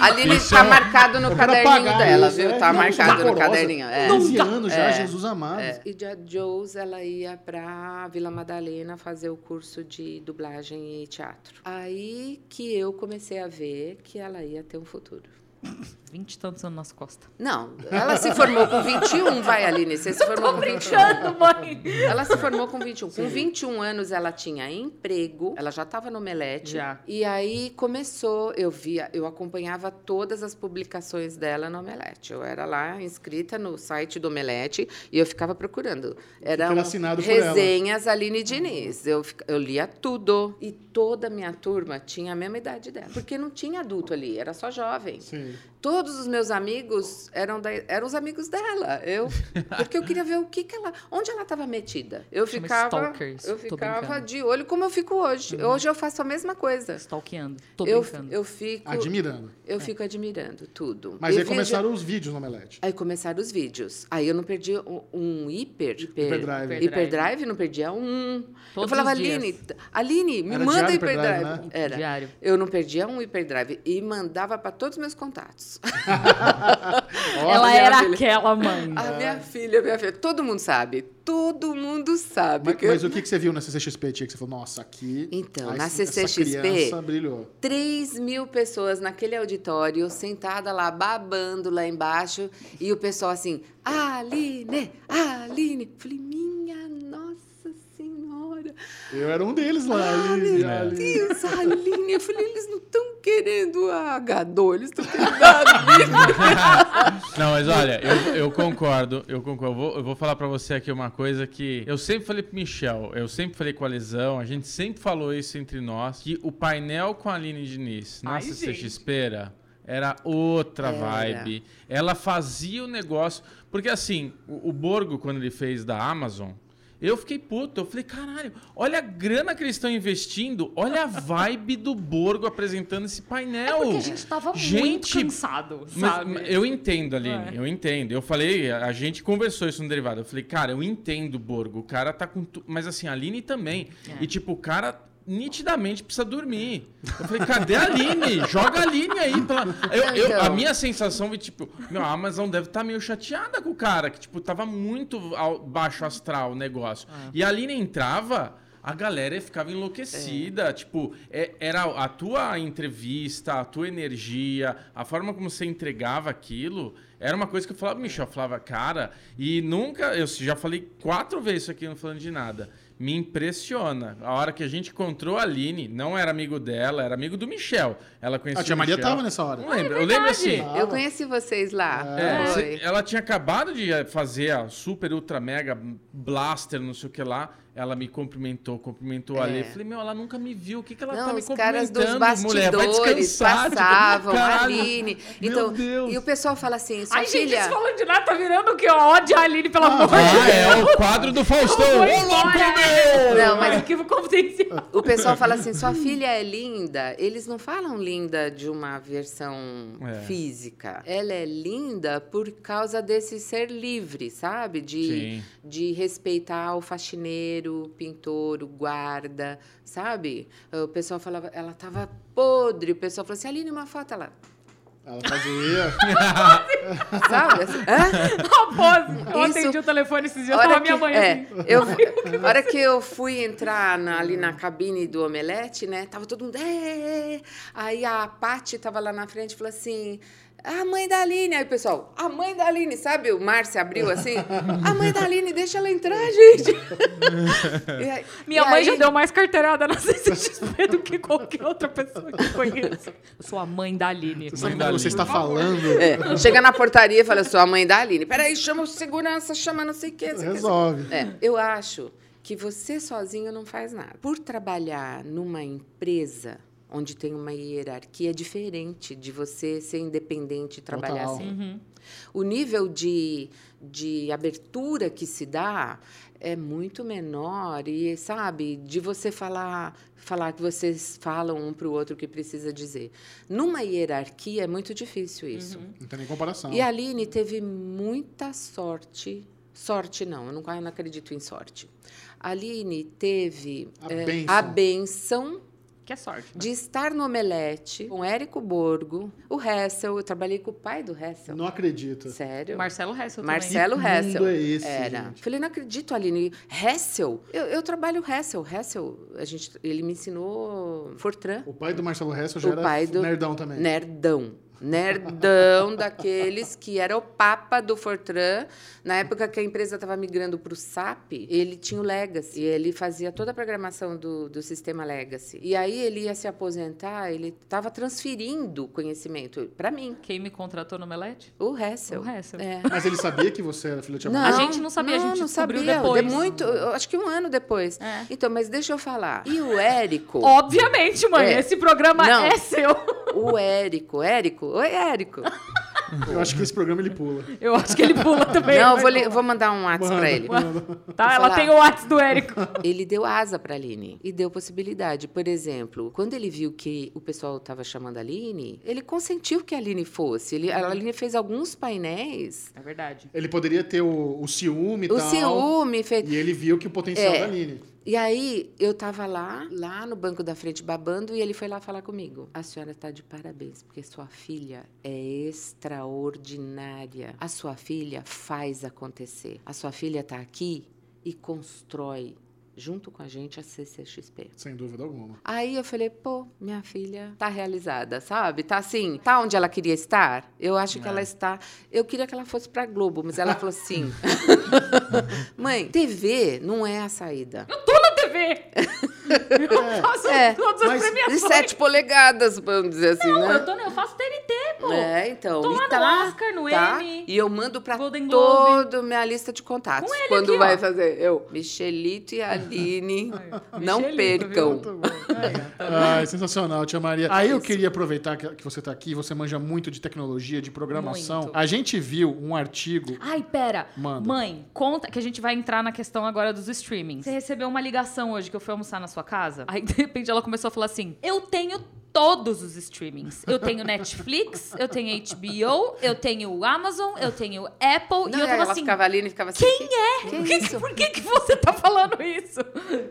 Ali ele Isso tá é- marcado no Eu quero caderninho apagar dela, isso, viu? é. Tá Não, marcado no horrorosa. caderninho. É. 12 anos já, É. Jesus amado. É, E a Joe's, ela ia pra Vila Madalena fazer o curso de dublagem e teatro. Aí que eu comecei a ver que ela ia ter um futuro. Vinte e tantos anos nas costas. Não, ela se formou com 21, vai, Aline. Você se formou com 21. mãe! Ela se formou com 21. Com 21 anos, ela tinha emprego, ela já estava no Melete. Já. E aí começou, eu via, eu acompanhava todas as publicações dela no Omelete. Eu era lá inscrita no site do Omelete e eu ficava procurando. Era era um- assinado por ela. resenhas Aline Diniz. Eu, fica- eu lia tudo. E toda a minha turma tinha a mesma idade dela. Porque não tinha adulto ali, era só jovem. Sim. Todos os meus amigos eram, da- eram os amigos dela. Eu, porque eu queria ver o que, que ela. Onde ela estava metida. Eu Chama ficava. stalker isso, Eu tô brincando. ficava de olho como eu fico hoje. Hoje eu faço a mesma coisa. Stalkeando. Tô eu, brincando. eu fico. Admirando. Eu fico admirando tudo. É. Mas E aí vídeo- começaram os vídeos no Omelete. Aí começaram os vídeos. Aí eu não perdi um, um hiper, hiper. Hyperdrive. Hyperdrive. Hyperdrive, não perdia um. eu Todos falava, os dias. Aline, t- Aline, me Era manda diário Hyperdrive. Hyperdrive, né? Era. Diário. Eu não perdia um Hyperdrive e mandava para todos os meus contatos. Ela minha era filha. aquela mãe. A Ah, minha filha, minha filha. Todo mundo sabe. Todo mundo sabe. Mas, que eu- mas o que, que você viu na CCXP, Tia? Que você falou, nossa, aqui. Então, aí na sim, CCXP, Essa criança brilhou. 3 mil pessoas naquele auditório, sentada lá, babando lá embaixo, e o pessoal assim, Aline, Aline. Falei, minha nossa senhora. Eu era um deles lá. Ah, ali, meu ali. Deus, Aline. Eu falei, eles não estão querendo a H2, eles estão querendo a Aline. Não, mas olha, eu, eu concordo, eu concordo. Eu vou, eu vou falar pra você aqui uma coisa que eu sempre falei pro Michel, eu sempre falei com a Lesão, a gente sempre falou isso entre nós, que o painel com a Aline Diniz na Ai, CCXP era- era outra Era. vibe. Ela fazia o negócio. Porque assim, o, o Borgo, quando ele fez da Amazon. Eu fiquei puto, eu falei, caralho, olha a grana que eles estão investindo, olha a vibe do Borgo apresentando esse É painel. porque a gente tava muito Gente, cansado, Mas- sabe? mas eu entendo, É. Aline, eu entendo. Eu falei, a a gente conversou isso no derivado. Eu falei, cara, eu entendo, Borgo. O cara tá com. Tu... Mas assim, a Aline também. É. E tipo, o cara nitidamente precisa dormir. Eu falei, cadê a Aline? Joga a Aline aí. Pela... Eu- eu- a Então. minha sensação foi tipo, meu, a Amazon deve estar meio chateada com o cara, que tipo, tava muito ao- baixo astral o negócio. E a Aline entrava. A galera ficava enlouquecida, tipo, é- era a tua entrevista, a tua energia, a forma como você entregava aquilo, era uma coisa que eu falava, Michel, eu falava, cara, e nunca, eu já falei quatro vezes isso aqui não falando de nada, me impressiona. A hora que a gente encontrou a Aline, não era amigo dela, era amigo do Michel. Ela conhecia A Ah, tia o Maria Michel. tava nessa hora. É Não lembro, eu lembro assim. Ah, Eu conheci vocês lá. É, Foi. você- ela tinha acabado de eh, fazer a super, ultra, mega blaster, não sei o que lá. Ela me cumprimentou, cumprimentou a É. Lê. Falei, meu, ela nunca me viu. O que, que ela tá Não, me os caras dos cumprimentando? Mulher, vai bastidores descansar. passavam, tipo, a caralho. Aline. Meu Então, Deus. e o pessoal fala assim, sua Ai, gente, filha. isso falando de nada tá virando o que? Ódio a Aline, pelo amor de Deus. Ah, um é o quadro do Faustão. Foi embora. Não, é mas- Arquivo confidencial. O pessoal fala assim, sua filha é linda. Eles não falam linda de uma versão É. física. Ela é linda por causa desse ser livre, sabe? De, Sim. de respeitar o faxineiro, o pintor, o guarda, sabe? O pessoal falava, ela tava podre. O pessoal falou assim, Aline, uma foto. Ela, Ela fazia. sabe? Assim, Hã? Após, eu Isso- atendi o telefone esses dias, Hora tava que, minha mãe é, assim. eu, a hora que eu fui entrar na- ali na cabine do Omelete, né? Tava todo mundo. "É, é, é". Aí a Paty tava lá na frente e falou assim. A mãe da Aline. Aí, o pessoal, a mãe da Aline, sabe? O Márcio abriu assim. A mãe da Aline, deixa ela entrar, gente. E aí- Minha e mãe aí- já deu mais carteirada na CCXP do que qualquer outra pessoa que eu conheço. Eu sou a mãe da Aline. Sabe Manda quando você ali. está Por falando? É, chega na portaria e fala, eu sou a mãe da Aline. Peraí, chama o segurança, chama não sei o quê. não sei o quê, não sei o quê. Resolve. É, eu acho que você sozinho não faz nada. Por trabalhar numa empresa onde tem uma hierarquia diferente de você ser independente e trabalhar Total. assim. Uhum. O nível de, de abertura que se dá é muito menor e, sabe, de você falar falar que vocês falam um para o outro o que precisa dizer. Numa hierarquia é muito difícil isso. Não tem nem comparação. E a Aline teve muita sorte. Sorte não, eu não, eu não acredito em sorte. A Aline teve A eh, bênção. a benção Que é sorte. né? de estar no Omelete com Érico Borgo, o Hessel. Eu trabalhei com o pai do Hessel. Não acredito. Sério? Marcelo Hessel também. Marcelo Que mundo Hessel. é esse, era. gente? Falei, não acredito, Aline. Hessel? Eu, eu trabalho Hessel. Hessel, a gente, ele me ensinou Fortran. O pai do Marcelo Hessel já O era pai do- nerdão também. Nerdão. Nerdão daqueles que era o papa do Fortran. Na época que a empresa estava migrando para o SAP, ele tinha o Legacy. E ele fazia toda a programação do, do sistema Legacy. E aí ele ia se aposentar, ele estava transferindo conhecimento para mim. Quem me contratou no Melete? O Hessel. O Hessel. É. Mas ele sabia que você era filha de Não, A Amanda? gente não sabia, a gente não descobriu sabia. depois. De muito, eu acho que um ano depois. É. Então, mas deixa eu falar. E o Érico? Obviamente, mãe. É. Esse programa Não. é seu. o Érico, Érico, oi Érico. Eu acho que esse programa ele pula. Eu acho que ele pula também. Não, eu né? vou, li- vou mandar um WhatsApp pra ele. Tá, vou ela falar. tem o WhatsApp do Érico. Ele deu asa pra Aline e deu possibilidade. Por exemplo, quando ele viu que o pessoal tava chamando a Aline, ele consentiu que a Aline fosse. Ele- a Aline fez alguns painéis. É verdade. Ele poderia ter o, o ciúme e O tal. ciúme fez. E ele viu que o potencial É. da Aline. E aí, eu tava lá, lá no banco da frente babando, e ele foi lá falar comigo. A senhora tá de parabéns, porque sua filha é extraordinária. A sua filha faz acontecer. A sua filha tá aqui e constrói, junto com a gente, a CCXP. Sem dúvida alguma. Aí eu falei, pô, minha filha tá realizada, sabe? Tá assim, tá onde ela queria estar. Eu acho que É. ela está. Eu queria que ela fosse pra Globo, mas ela falou assim: mãe, TV não é a saída. Eu tô na TV! Eu É. faço É, todas as mas- De premiações. sete polegadas, vamos dizer assim, Não, eu, é né? tô, eu faço TNT, pô. É, então. Tô e lá no tá, Oscar, no tá, Emmy, E eu mando pra Golden Globe. toda minha lista de contatos. Com ele quando aqui, vai ó. fazer? Eu, Michelito e Aline, não Michelito, percam. Ai, sensacional, tia Maria. Aí eu queria aproveitar que que você tá aqui, você manja muito de tecnologia, de programação. Muito. A gente viu um artigo. Ai, pera. Manda. Mãe, conta que a gente vai entrar na questão agora dos streamings. Você recebeu uma ligação hoje que eu fui almoçar na sua casa. Aí, de repente, ela começou a falar assim: Eu tenho todos os streamings. Eu tenho Netflix, eu tenho HBO, eu tenho Amazon, eu tenho Não, Apple. e aí eu tava ela assim. ficava ali e ficava assim. Quem "Que- é? Que Por que- isso? Por que, que você tá falando isso?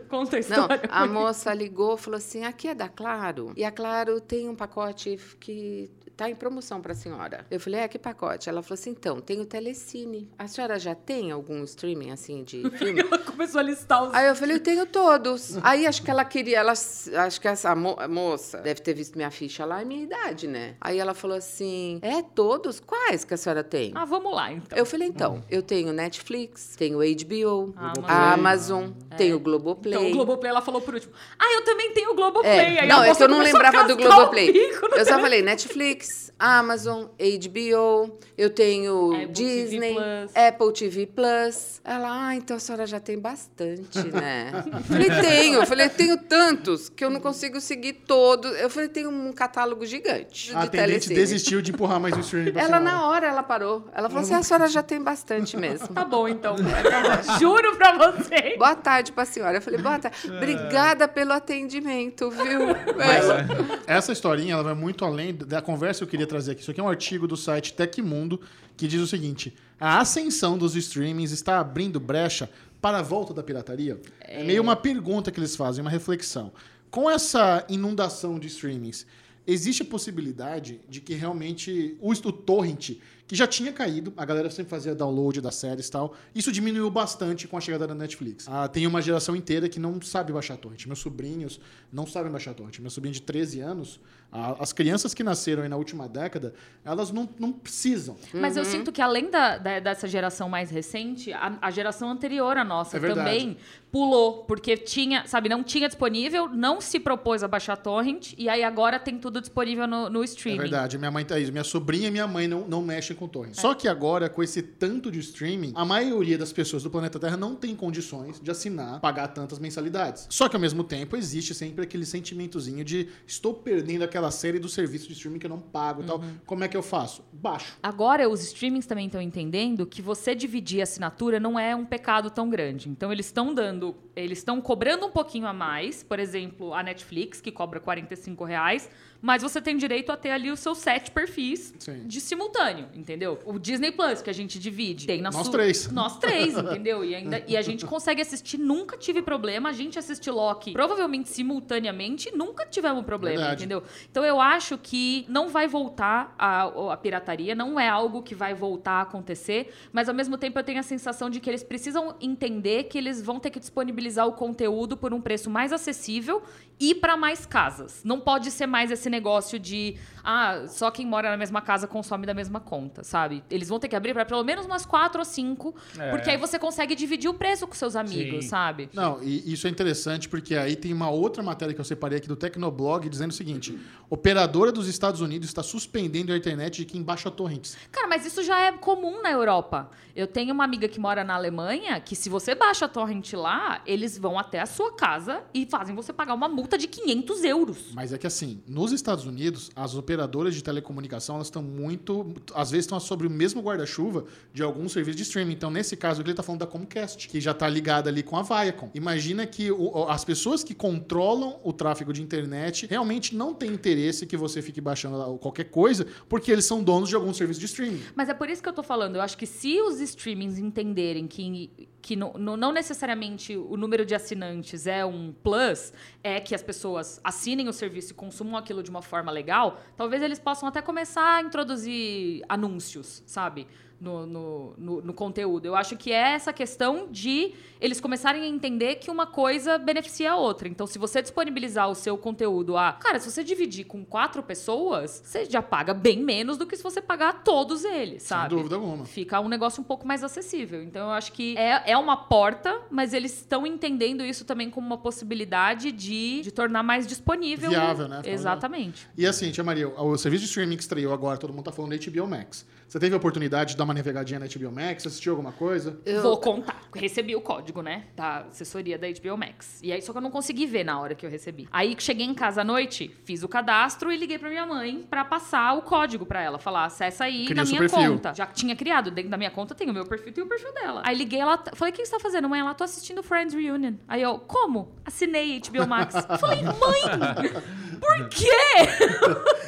Conta Não, a história. a mãe. moça ligou e falou assim: aqui é da Claro. E a Claro tem um pacote que tá em promoção para a senhora. Eu falei: é, que pacote? Ela falou assim: então, tem o Telecine. A senhora já tem algum streaming assim de filme? Ela começou a listar os. Aí eu falei, eu tenho todos. Aí acho que ela queria, ela, acho que essa mo- moça deve ter visto minha ficha lá e minha idade, né? Aí ela falou assim: é todos? Quais que a senhora tem? Ah, vamos lá, então. Eu falei, então, eu tenho Netflix, tenho HBO, Amazon. a Amazon, tenho o Globoplay. Então, o Globoplay, ela falou por último. Ah, eu também tenho o Globoplay. É, Aí não, a é que eu moça não começou a lembrava do cascar o Globoplay. bico né? no Eu só falei Netflix, Amazon, HBO, eu tenho Apple TV Disney, Plus. Apple TV Plus. Ela, ah, então a senhora já tem bastante, né? falei, tenho. Eu falei, tenho tantos que eu não consigo seguir todos. Eu falei, tem um catálogo gigante A de atendente telecine. desistiu de empurrar mais um streaming pra Ela, senhora. na hora, ela parou. Ela falou assim, a senhora já tem bastante mesmo. Tá bom, então. Juro pra vocês. Boa tarde pra senhora. Eu falei, boa tarde. Obrigada pelo atendimento, viu? É. Ela- Essa historinha ela vai muito além da conversa que eu queria trazer aqui. Isso aqui é um artigo do site Tecmundo que diz o seguinte: a ascensão dos streamings está abrindo brecha para a volta da pirataria? É meio uma pergunta que eles fazem, uma reflexão. Com essa inundação de streamings, existe a possibilidade de que realmente o, o torrent, que já tinha caído, a galera sempre fazia download das séries e tal, isso diminuiu bastante com a chegada da Netflix. Ah, tem uma geração inteira que não sabe baixar torrent. Meus sobrinhos não sabem baixar torrent. Meu sobrinho de 13 anos, a- as crianças que nasceram aí na última década, elas não, não precisam. Mas eu sinto que além da, da- dessa geração mais recente, a, a geração anterior à nossa É verdade. também pulou, porque tinha, sabe, não tinha disponível, não se propôs a baixar torrent, e aí agora tem tudo disponível no, no É streaming. verdade, minha mãe tá isso. Minha sobrinha e minha mãe não, não mexem com torrent. Só que agora, com esse tanto de streaming, a maioria das pessoas do planeta Terra não tem condições de assinar, pagar tantas mensalidades. Só que ao mesmo tempo existe sempre aquele sentimentozinho de estou perdendo aquela série do serviço de streaming que eu não pago e tal. Como é que eu faço? Baixo. Agora os streamings também estão entendendo que você dividir a assinatura não é um pecado tão grande. Então eles estão dando, eles estão cobrando um pouquinho a mais, por exemplo, a Netflix, que cobra R$ 45 reais, mas você tem direito a ter ali os seus sete perfis Sim. de simultâneo, entendeu? O Disney Plus, que a gente divide, tem na Nós sua- três. Nós três, entendeu? E, ainda, e a gente consegue assistir, nunca tive problema. A gente assiste Loki provavelmente simultaneamente, nunca tivemos problema, Verdade. entendeu? Então eu acho que não vai voltar a, a pirataria, não é algo que vai voltar a acontecer, mas ao mesmo tempo eu tenho a sensação de que eles precisam entender que eles vão ter que disponibilizar o conteúdo por um preço mais acessível e para mais casas. Não pode ser mais esse negócio de ah, só quem mora na mesma casa consome da mesma conta, sabe? Eles vão ter que abrir para pelo menos umas quatro ou cinco, É. porque aí você consegue dividir o preço com seus amigos, Sim. sabe? Não, e isso é interessante porque aí tem uma outra matéria que eu separei aqui do Tecnoblog dizendo o seguinte: operadora dos Estados Unidos está suspendendo a internet de quem baixa torrentes. Cara, mas isso já é comum na Europa. Eu tenho uma amiga que mora na Alemanha que, se você baixa a torrent lá, eles vão até a sua casa e fazem você pagar uma multa de 500 euros. Mas é que assim, nos Estados Unidos, as operadoras de telecomunicação elas estão muito. Às vezes estão sobre o mesmo guarda-chuva de algum serviço de streaming. Então, nesse caso aqui, ele está falando da Comcast, que já está ligada ali com a Viacom. Imagina que o- as pessoas que controlam o tráfego de internet realmente não têm interesse que você fique baixando lá qualquer coisa, porque eles são donos de algum serviço de streaming. Mas é por isso que eu tô falando. Eu acho que se os streamings entenderem que, que no- no- não necessariamente o número de assinantes é um plus, é que as pessoas assinem o serviço e consumam aquilo de uma forma legal, talvez eles possam até começar a introduzir anúncios, sabe? No, no, no- no conteúdo. Eu acho que é essa questão de eles começarem a entender que uma coisa beneficia a outra. Então, se você disponibilizar o seu conteúdo a. Cara, se você dividir com quatro pessoas, você já paga bem menos do que se você pagar a todos eles, sabe? Sem dúvida alguma. Fica um negócio um pouco mais acessível. Então, eu acho que é, é uma porta, mas eles estão entendendo isso também como uma possibilidade de, de tornar mais disponível. Viável, né? Exatamente. E assim, Tia Maria, o serviço de streaming que estreou agora, todo mundo tá falando da HBO Max. Você teve a oportunidade de dar uma navegadinha na HBO Max? Assistiu alguma coisa? Eu- Vou contar. Recebi o código, né? Da assessoria da HBO Max. E aí, só que eu não consegui ver na hora que eu recebi. Aí que cheguei em casa à noite, fiz o cadastro e liguei pra minha mãe pra passar o código pra ela. Falar, acessa aí Cria na o seu minha perfil." conta. Já tinha criado. Dentro da minha conta tem o meu perfil e o perfil dela. Aí liguei ela, falei, o que você tá fazendo? Mãe, ela tô assistindo Friends Reunion. Aí eu, como? Assinei HBO Max. falei, mãe, por quê?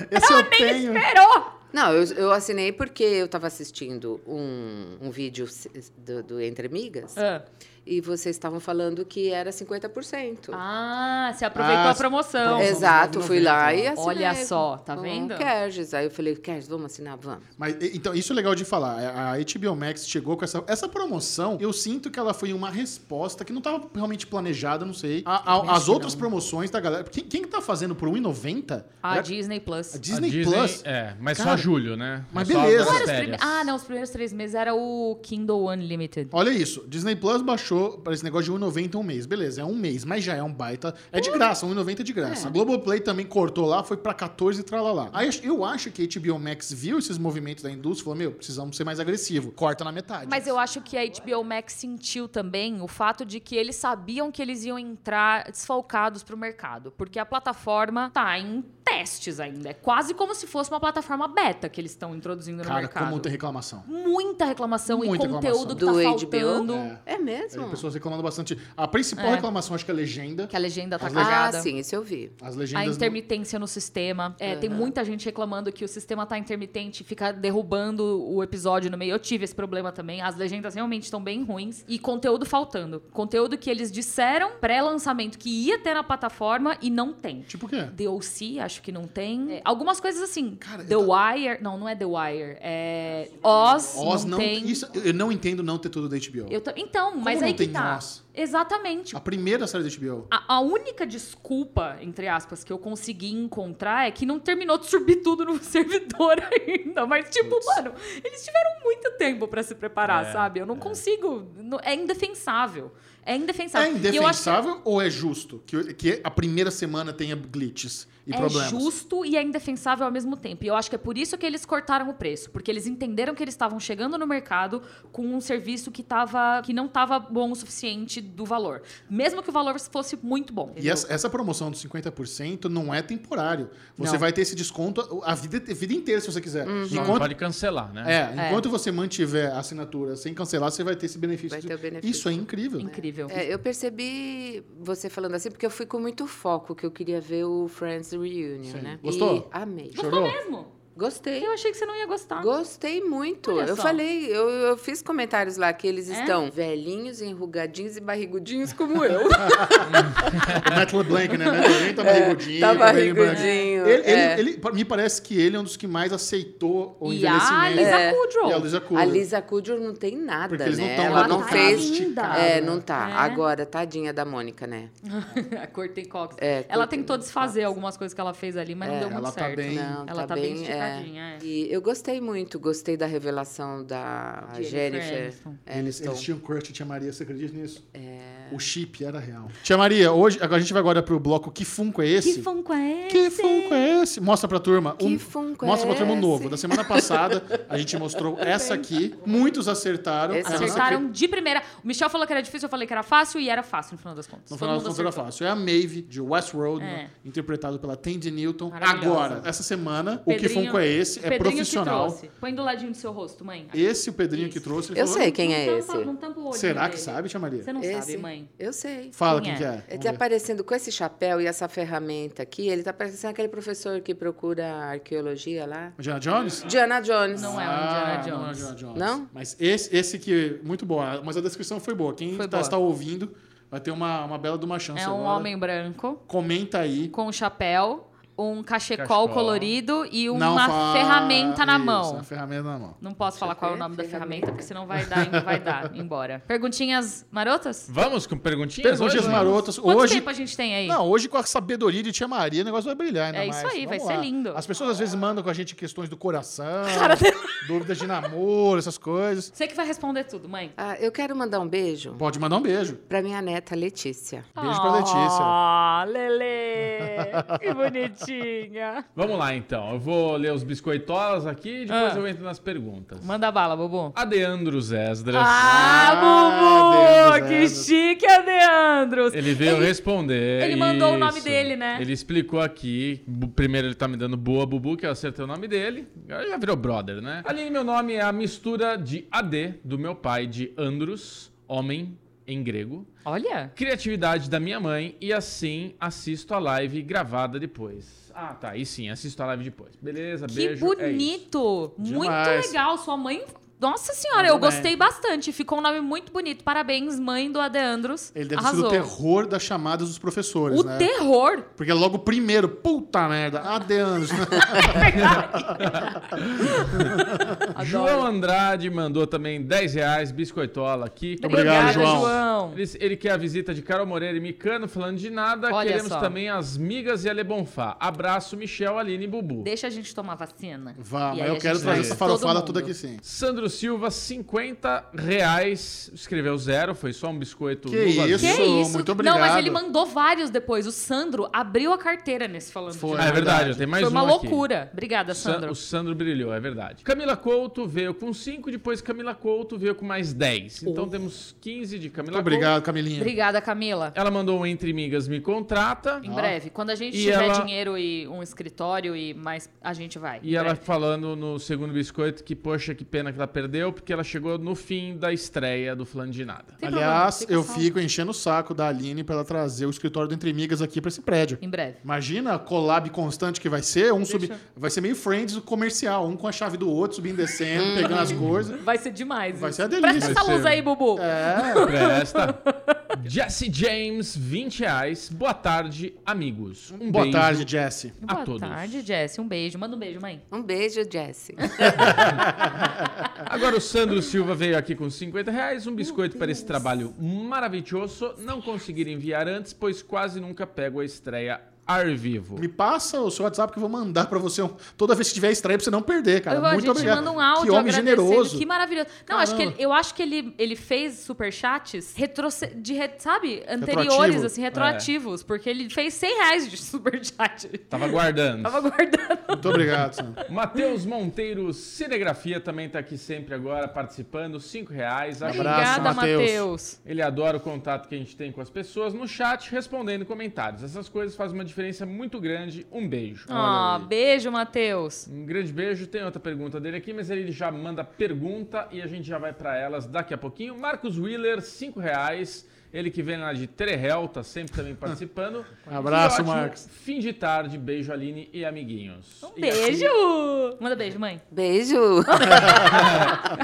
Esse eu tenho. Esperou! Não, eu, eu assinei porque eu estava assistindo um, um vídeo se- do, do Entre Amigas É. e vocês estavam falando que era 50%. Ah, você aproveitou Ah, a promoção. é, Exato, somos fui lá 9,90. e assinei. Olha só, tá com o vendo? Kerges. Aí eu falei, Kerges, vamos assinar? Vamos. Mas, e- então, isso é legal de falar. A a HBO Max chegou com essa, essa promoção. Eu sinto que ela foi uma resposta que não estava realmente planejada, não sei. A, a, Realmente as outras não. promoções da galera. Quem, quem que tá fazendo por R$1,90? A Era- Disney Plus. a Disney, A Plus. É, mas Cara, só julho, né? mas É só beleza. das Não era Os férias. prime- Ah, não, os primeiros três meses era o Kindle Unlimited. Olha isso, Disney Plus baixou para esse negócio de 1,90 um mês. Beleza, é um mês, mas já é um baita. É de graça, 1,90 é de graça. A Globoplay também cortou lá, foi para 14 e tralalá. Aí eu acho que a HBO Max viu esses movimentos da indústria e falou: meu, precisamos ser mais agressivo. Corta na metade. Mas eu acho que a HBO Max sentiu também o fato de que eles sabiam que eles iam entrar desfalcados pro mercado. Porque a plataforma tá em testes ainda. É quase como se fosse uma plataforma beta que eles estão introduzindo no Cara, mercado. como tem reclamação. Muita reclamação Muita e conteúdo reclamação. que tá Do faltando. HBO? É mesmo? As pessoas reclamando bastante. A principal É. reclamação acho que é a legenda. Que a legenda tá As cagada. Ah, sim, isso eu vi. As A legendas. intermitência no sistema. É, Tem muita gente reclamando que o sistema tá intermitente, fica derrubando o episódio no meio. Eu tive esse problema também. As legendas realmente estão bem ruins. E conteúdo faltando. Conteúdo que eles disseram pré-lançamento que ia ter na plataforma e não tem. não- Tipo o quê? DLC, acho que não tem. É, algumas coisas assim. Cara, eu The Wire. Não, não é The Wire. É. Oz. Oz não, não, tem. Isso, eu não entendo não ter tudo da HBO. Eu tô- Então, mas não aí que tem tá. Oz? Exatamente. A primeira série da HBO. A, a única desculpa, entre aspas, que eu consegui encontrar é que não terminou de subir tudo no servidor ainda. Mas, tipo, mano, eles tiveram muito tempo pra se preparar, É, sabe? Eu não consigo. não- é indefensável. É indefensável. É E eu acho que indefensável ou é justo que, que a primeira semana tenha glitches e é problemas? justo e é indefensável ao mesmo tempo. E eu acho que é por isso que eles cortaram o preço, porque eles entenderam que eles estavam chegando no mercado com um serviço que, tava, que não estava bom o suficiente do valor. Mesmo que o valor fosse muito bom. E essa, essa promoção dos 50% não é temporário. Você Não. Uhum. vai ter esse desconto a vida, a vida inteira, se você quiser. Só não Enquanto, pode cancelar, né? é, enquanto você mantiver a assinatura sem cancelar, você vai ter esse benefício. Vai de- ter o benefício. Isso é incrível. Incrível. É, eu percebi você falando assim, porque eu fui com muito foco, que eu queria ver o Friends Reunion, Sim. né? Gostou? E amei. Gostou Chorou? mesmo? Gostei. Eu achei que você não ia gostar. Gostei muito. Ah. Olha eu só. falei, eu, eu fiz comentários lá que eles É? estão velhinhos, enrugadinhos e barrigudinhos como eu. O Matt LeBlanc, né? O Matt LeBlanc tá É. barrigudinho. tá bem branco. barrigudinho. Ele, ele- é. ele- pa- me parece que ele é um dos que mais aceitou o e a envelhecimento. Lisa É. E a Kudrow. Lisa Kudrow. A Lisa Kudrow não tem nada, Porque eles não né? tão lá Ela não no fez. casting. linda. É, não tá. É. Agora, tadinha da Mônica, né? a Courtney Cox. É, ela Courtney tentou desfazer algumas coisas que ela fez ali, mas não deu muito Ela tá certo. bem- Não, ela tá, bem, esticadinha. É. E eu gostei muito, gostei da revelação da Jennifer Jennifer Aniston. Aniston. É, Eles, eles tinham um crush de Tia Maria, você acredita nisso? É. O chip era real. Tia Maria, hoje agora a gente vai agora pro bloco Que Funko é esse? Que funko é esse? Que funko é esse? Mostra pra turma. Que funko é Mostra pra turma um esse? novo. Da semana passada, a gente mostrou essa aqui. Muitos acertaram. Essa Essa aqui- Acertaram de primeira. O Michel falou que era difícil, eu falei que era fácil e era fácil no final das contas. No Todo final das mundo contas era acertou. fácil. É a Maeve, de Westworld, É. né? interpretado pela Tandy Newton. Maravilhosa. Agora, essa semana, o Que Pedrinho- Funko é esse? É Pedrinho que profissional. trouxe. Põe do ladinho do seu rosto, mãe. Aqui. Esse, o Pedrinho que Isso. trouxe. ele Eu falou, sei quem Não é tampa- esse. Não tampa o olho Será que dele. sabe, Tia Maria? Você não Esse? sabe, mãe. Eu sei. Fala Quem quem, é? que é. Ele Vamos tá ver. aparecendo com esse chapéu e essa ferramenta aqui, ele tá parecendo aquele professor que procura arqueologia lá. Indiana Jones? Diana Jones. Não é o Ah, Indiana Jones. Não, é o Indiana Jones. Não? Mas esse, esse que... Muito bom. Mas a descrição foi boa. Quem Foi tá- boa. está ouvindo vai ter uma, uma bela de uma chance É um agora. homem branco Comenta aí. com um chapéu, um cachecol, Cachecol. colorido e uma Não fa- ferramenta na Isso, mão. Uma ferramenta na mão. Não posso falar qual é o nome da Ferramenta. ferramenta, porque senão vai dar, ainda vai dar, embora. Perguntinhas marotas? Vamos com perguntinhas? Perguntinhas hoje? marotas. Quanto Hoje... tempo a gente tem aí? Não, hoje com a sabedoria de Tia Maria, o negócio vai brilhar ainda É mais. isso aí, vai Vamos ser lá. lindo. As pessoas às vezes mandam com a gente questões do coração, dúvidas de namoro, essas coisas. Você que vai responder tudo, mãe. Ah, eu quero mandar um beijo Pode mandar um beijo. pra minha neta Letícia. Beijo pra Letícia. Ah, Lele! Que bonitinha! Vamos lá, então. Eu vou ler os biscoitolas aqui e depois Ah. eu entro nas perguntas. Manda bala, Bubu. Adeandros Esdras. Ah, Ah, Bubu! Deandros, Que Deandros. chique, Adeandros! Ele veio responder. ele mandou o nome isso. dele, né? Ele explicou aqui. Bu- Primeiro ele tá me dando boa, Bubu, que eu acertei o nome dele. Agora já virou brother, né? Aline, meu nome é a mistura de AD, do meu pai, de Andros, homem em grego. Olha! Criatividade da minha mãe e assim assisto a live gravada depois. Ah, tá. E sim, assisto a live depois. Beleza, Um Que beijo. é isso. bonito! Muito Demais. legal, sua mãe. Nossa senhora, eu Mandou bem. gostei bastante. Ficou um nome muito bonito. Parabéns, mãe do Adeandros. Ele deve Arrasou. ser o terror das chamadas dos professores, O né? terror. Porque logo primeiro, puta merda, adeus. João Andrade mandou também 10 reais, biscoitola aqui. Obrigado, Obrigada, João. Ele, ele quer a visita de Carol Moreira e Micano falando de nada. Olha Queremos só. também as migas e a Lebonfá. Abraço, Michel, Aline e Bubu. Deixa a gente tomar vacina. Vá, E mas aí a eu gente quero traz trazer essa todo farofada mundo. toda aqui sim. Sandro Silva, 50 reais. Escreveu zero, foi só um biscoito Que no vazio. isso? Que isso? muito Não, mas obrigado. ele mandou vários depois. O Sandro abriu a carteira nesse falando. Foi. Ah, é de verdade, tem mais Foi um uma aqui. loucura. Obrigada, Sa- Sandro. O Sandro brilhou, é verdade. Camila Couto veio com 5, depois Camila Couto veio com mais 10. Então temos 15 de Camila Muito obrigado, Camilinha. Obrigada, Camila. Couto. Ela mandou um Entre Migas Me Contrata. Em breve. Quando a gente E tiver ela- dinheiro e um escritório e mais, a gente vai. E ela falando no segundo biscoito que, poxa, que pena que ela perdeu, porque ela chegou no fim da estreia do Flan de Nada. Tem problema, Aliás, fica eu salvo. fico enchendo o saco da Aline pra ela trazer o escritório do Entre Migas aqui pra esse prédio. Em breve. Imagina a collab constante que vai ser, um sub... vai ser meio Friends o comercial, um com a chave do outro, subindo e descendo, pegando as coisas. Vai ser demais. Vai isso. ser a delícia. Presta essa Vai ser. luz aí, Bubu. É. Presta. Jesse James, 20 reais. Boa tarde, amigos. Um Boa beijo. tarde, Jesse. a Boa todos. tarde, Jess. Um beijo. Manda um beijo, mãe. Um beijo, Jessie. Agora o Sandro Silva veio aqui com 50 reais, um biscoito para esse trabalho maravilhoso. Não conseguir enviar antes, pois quase nunca pego a estreia ar vivo. Me passa o seu WhatsApp que eu vou mandar pra você um- toda vez que tiver estreia pra você não perder, cara. Eu vou- a Muito gente obrigado. manda um áudio que homem agradecendo, generoso. Que maravilhoso. Não, acho que Caramba. ele- eu acho que ele, ele fez superchats retroce- de, re- sabe, anteriores, Retroativo. É. assim, retroativos. Porque ele fez 100 reais de superchat. Tava aguardando. Tava guardando. Muito obrigado, Sandro. Matheus Monteiro, Cinegrafia, também tá aqui sempre agora participando, 5 reais. Acho- Obrigada, Matheus. Matheus. Ele adora o contato que a gente tem com as pessoas no chat, respondendo comentários. Essas coisas fazem uma diferença muito grande. Um beijo. Ah, Olha aí. beijo, Matheus. Um grande beijo. Tem outra pergunta dele aqui, mas ele já manda pergunta e a gente já vai para elas daqui a pouquinho. Marcos Wheeler, 5 reais. Ele que vem lá de Terrehel, tá sempre também participando. Um abraço, Ótimo Marcos. Fim de tarde, beijo, Aline e amiguinhos. Um beijo! Manda beijo, mãe. Beijo!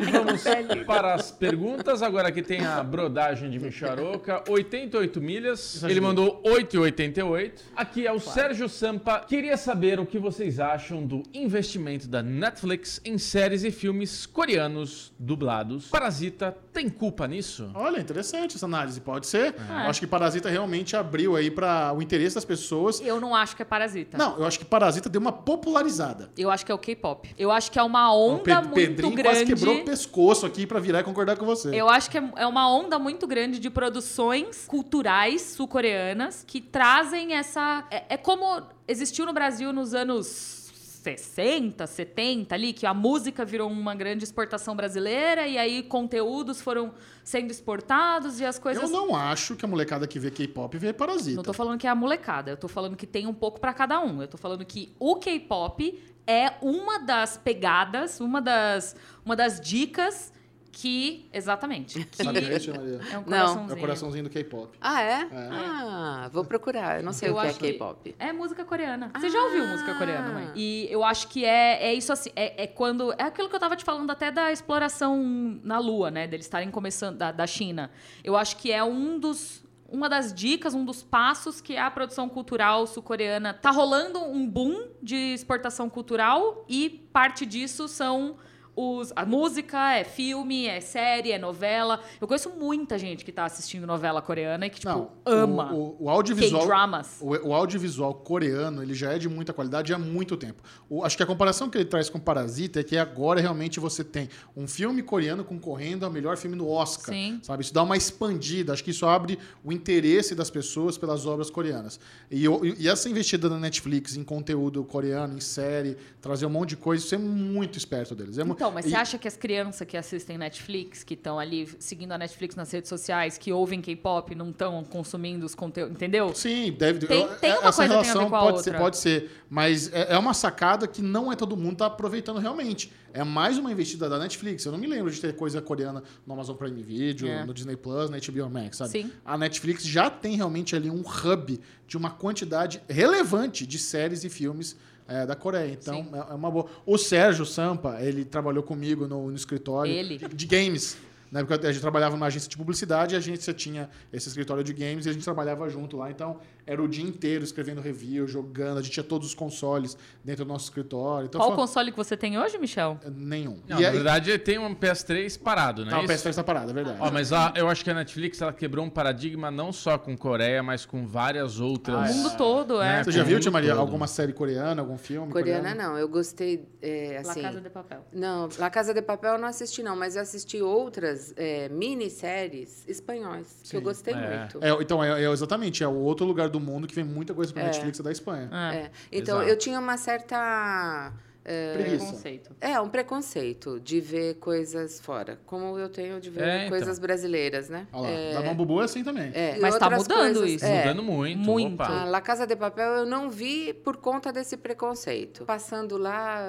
E vamos para as perguntas. Agora aqui tem a brodagem de Micharoca. 88 milhas. Ele mandou 8,88. Aqui é o Sérgio Sampa. Queria saber o que vocês acham do investimento da Netflix em séries e filmes coreanos dublados. Parasita tem culpa nisso? Olha, interessante essa análise, pode ser. É. Eu acho que Parasita realmente abriu aí para o interesse das pessoas. Eu não acho que é parasita. Não, eu acho que Parasita deu uma popularizada. Eu acho que é o K-pop. Eu acho que é uma onda o Pe- muito um Pedrinho quase grande. quebrou o pescoço aqui para virar e concordar com você. Eu acho que é é uma onda muito grande de produções culturais sul-coreanas que trazem essa. É, é como existiu no Brasil nos anos. 60, 70 ali, que a música virou uma grande exportação brasileira e aí conteúdos foram sendo exportados e as coisas. Eu não acho que a molecada que vê K-pop vê Parasita. Não tô falando que é a molecada, eu tô falando que tem um pouco pra cada um. Eu tô falando que o K-pop é uma das pegadas, uma das, uma das dicas que. Exatamente. Que Sabe disso, Maria? é um Não. É o coraçãozinho. coraçãozinho do K-pop. Ah, é? Ah, vou procurar. Eu não sei Eu o que é acho que- K-pop. É música coreana. Você Ah! já ouviu música coreana, mãe? E eu acho que é, é isso assim. É, é quando. É aquilo que eu tava te falando até da exploração na Lua, né? Deles estarem começando. Da, da China. Eu acho que é um dos. Uma das dicas, um dos passos que a produção cultural sul-coreana tá rolando um boom de exportação cultural e parte disso são os, a música, é filme, é série, é novela. Eu conheço muita gente que tá assistindo novela coreana e que, tipo, Não, ama O, o- o audiovisual. K-dramas. O, o audiovisual coreano, ele já é de muita qualidade há muito tempo. O- acho que a comparação que ele traz com Parasita é que agora realmente você tem um filme coreano concorrendo ao melhor filme do Oscar. Sim. Sabe? Isso dá uma expandida. Acho que isso abre o interesse das pessoas pelas obras coreanas. E, eu- e- e essa investida na Netflix em conteúdo coreano, em série, trazer um monte de coisa, isso é muito esperto deles. É mu- Então, mas e- você acha que as crianças que assistem Netflix, que estão ali seguindo a Netflix nas redes sociais, que ouvem K-pop, não estão consumindo os conteúdos, entendeu? Sim, deve. Tem- eu- é, tem uma essa coisa que tem a ver relação com a pode outra. ser, pode ser, mas é, é uma sacada que não é todo mundo tá aproveitando realmente. É mais uma investida da Netflix. Eu não me lembro de ter coisa coreana no Amazon Prime Video, É. no Disney Plus, na HBO Max, sabe? Sim. A Netflix já tem realmente ali um hub de uma quantidade relevante de séries e filmes é, da Coreia. Então, Sim. é, é uma boa. O Sérgio Sampa, ele trabalhou comigo no, no escritório Ele? de games. Na época a gente trabalhava numa agência de publicidade e a agência tinha esse escritório de games e a gente trabalhava junto lá. Então era o dia inteiro escrevendo review, jogando. A gente tinha todos os consoles dentro do nosso escritório. Então, Qual foi- console que você tem hoje, Michel? Nenhum. Não, E na aí- verdade, ele tem um PS3 parado, né? Não, o PS3 tá parado, é verdade. Ó, mas a- eu acho que a Netflix ela quebrou um paradigma não só com Coreia, mas com várias outras. Ah, O mundo todo, é. Né? Você já viu, Tia Maria, todo. alguma série coreana, algum filme? Coreana coreano? não, eu gostei, é, La assim... Casa de Papel. Não, La Casa de Papel eu não assisti não, mas eu assisti outras é, minisséries espanhóis, que eu gostei É. muito. É, então, é, é exatamente, é o outro lugar do mundo que vem muita coisa pra Netflix é da Espanha. Ah, É. Então, Exato. eu tinha uma certa... é, Preguiça. Preconceito. É, um preconceito de ver coisas fora, como eu tenho de ver É, então. coisas brasileiras, né? Olha lá, da Mão Bubu é assim também. É, e Mas tá outras mudando isso. é. Mudando muito. Muito. A Opa. La Casa de Papel eu não vi por conta desse preconceito. Passando lá,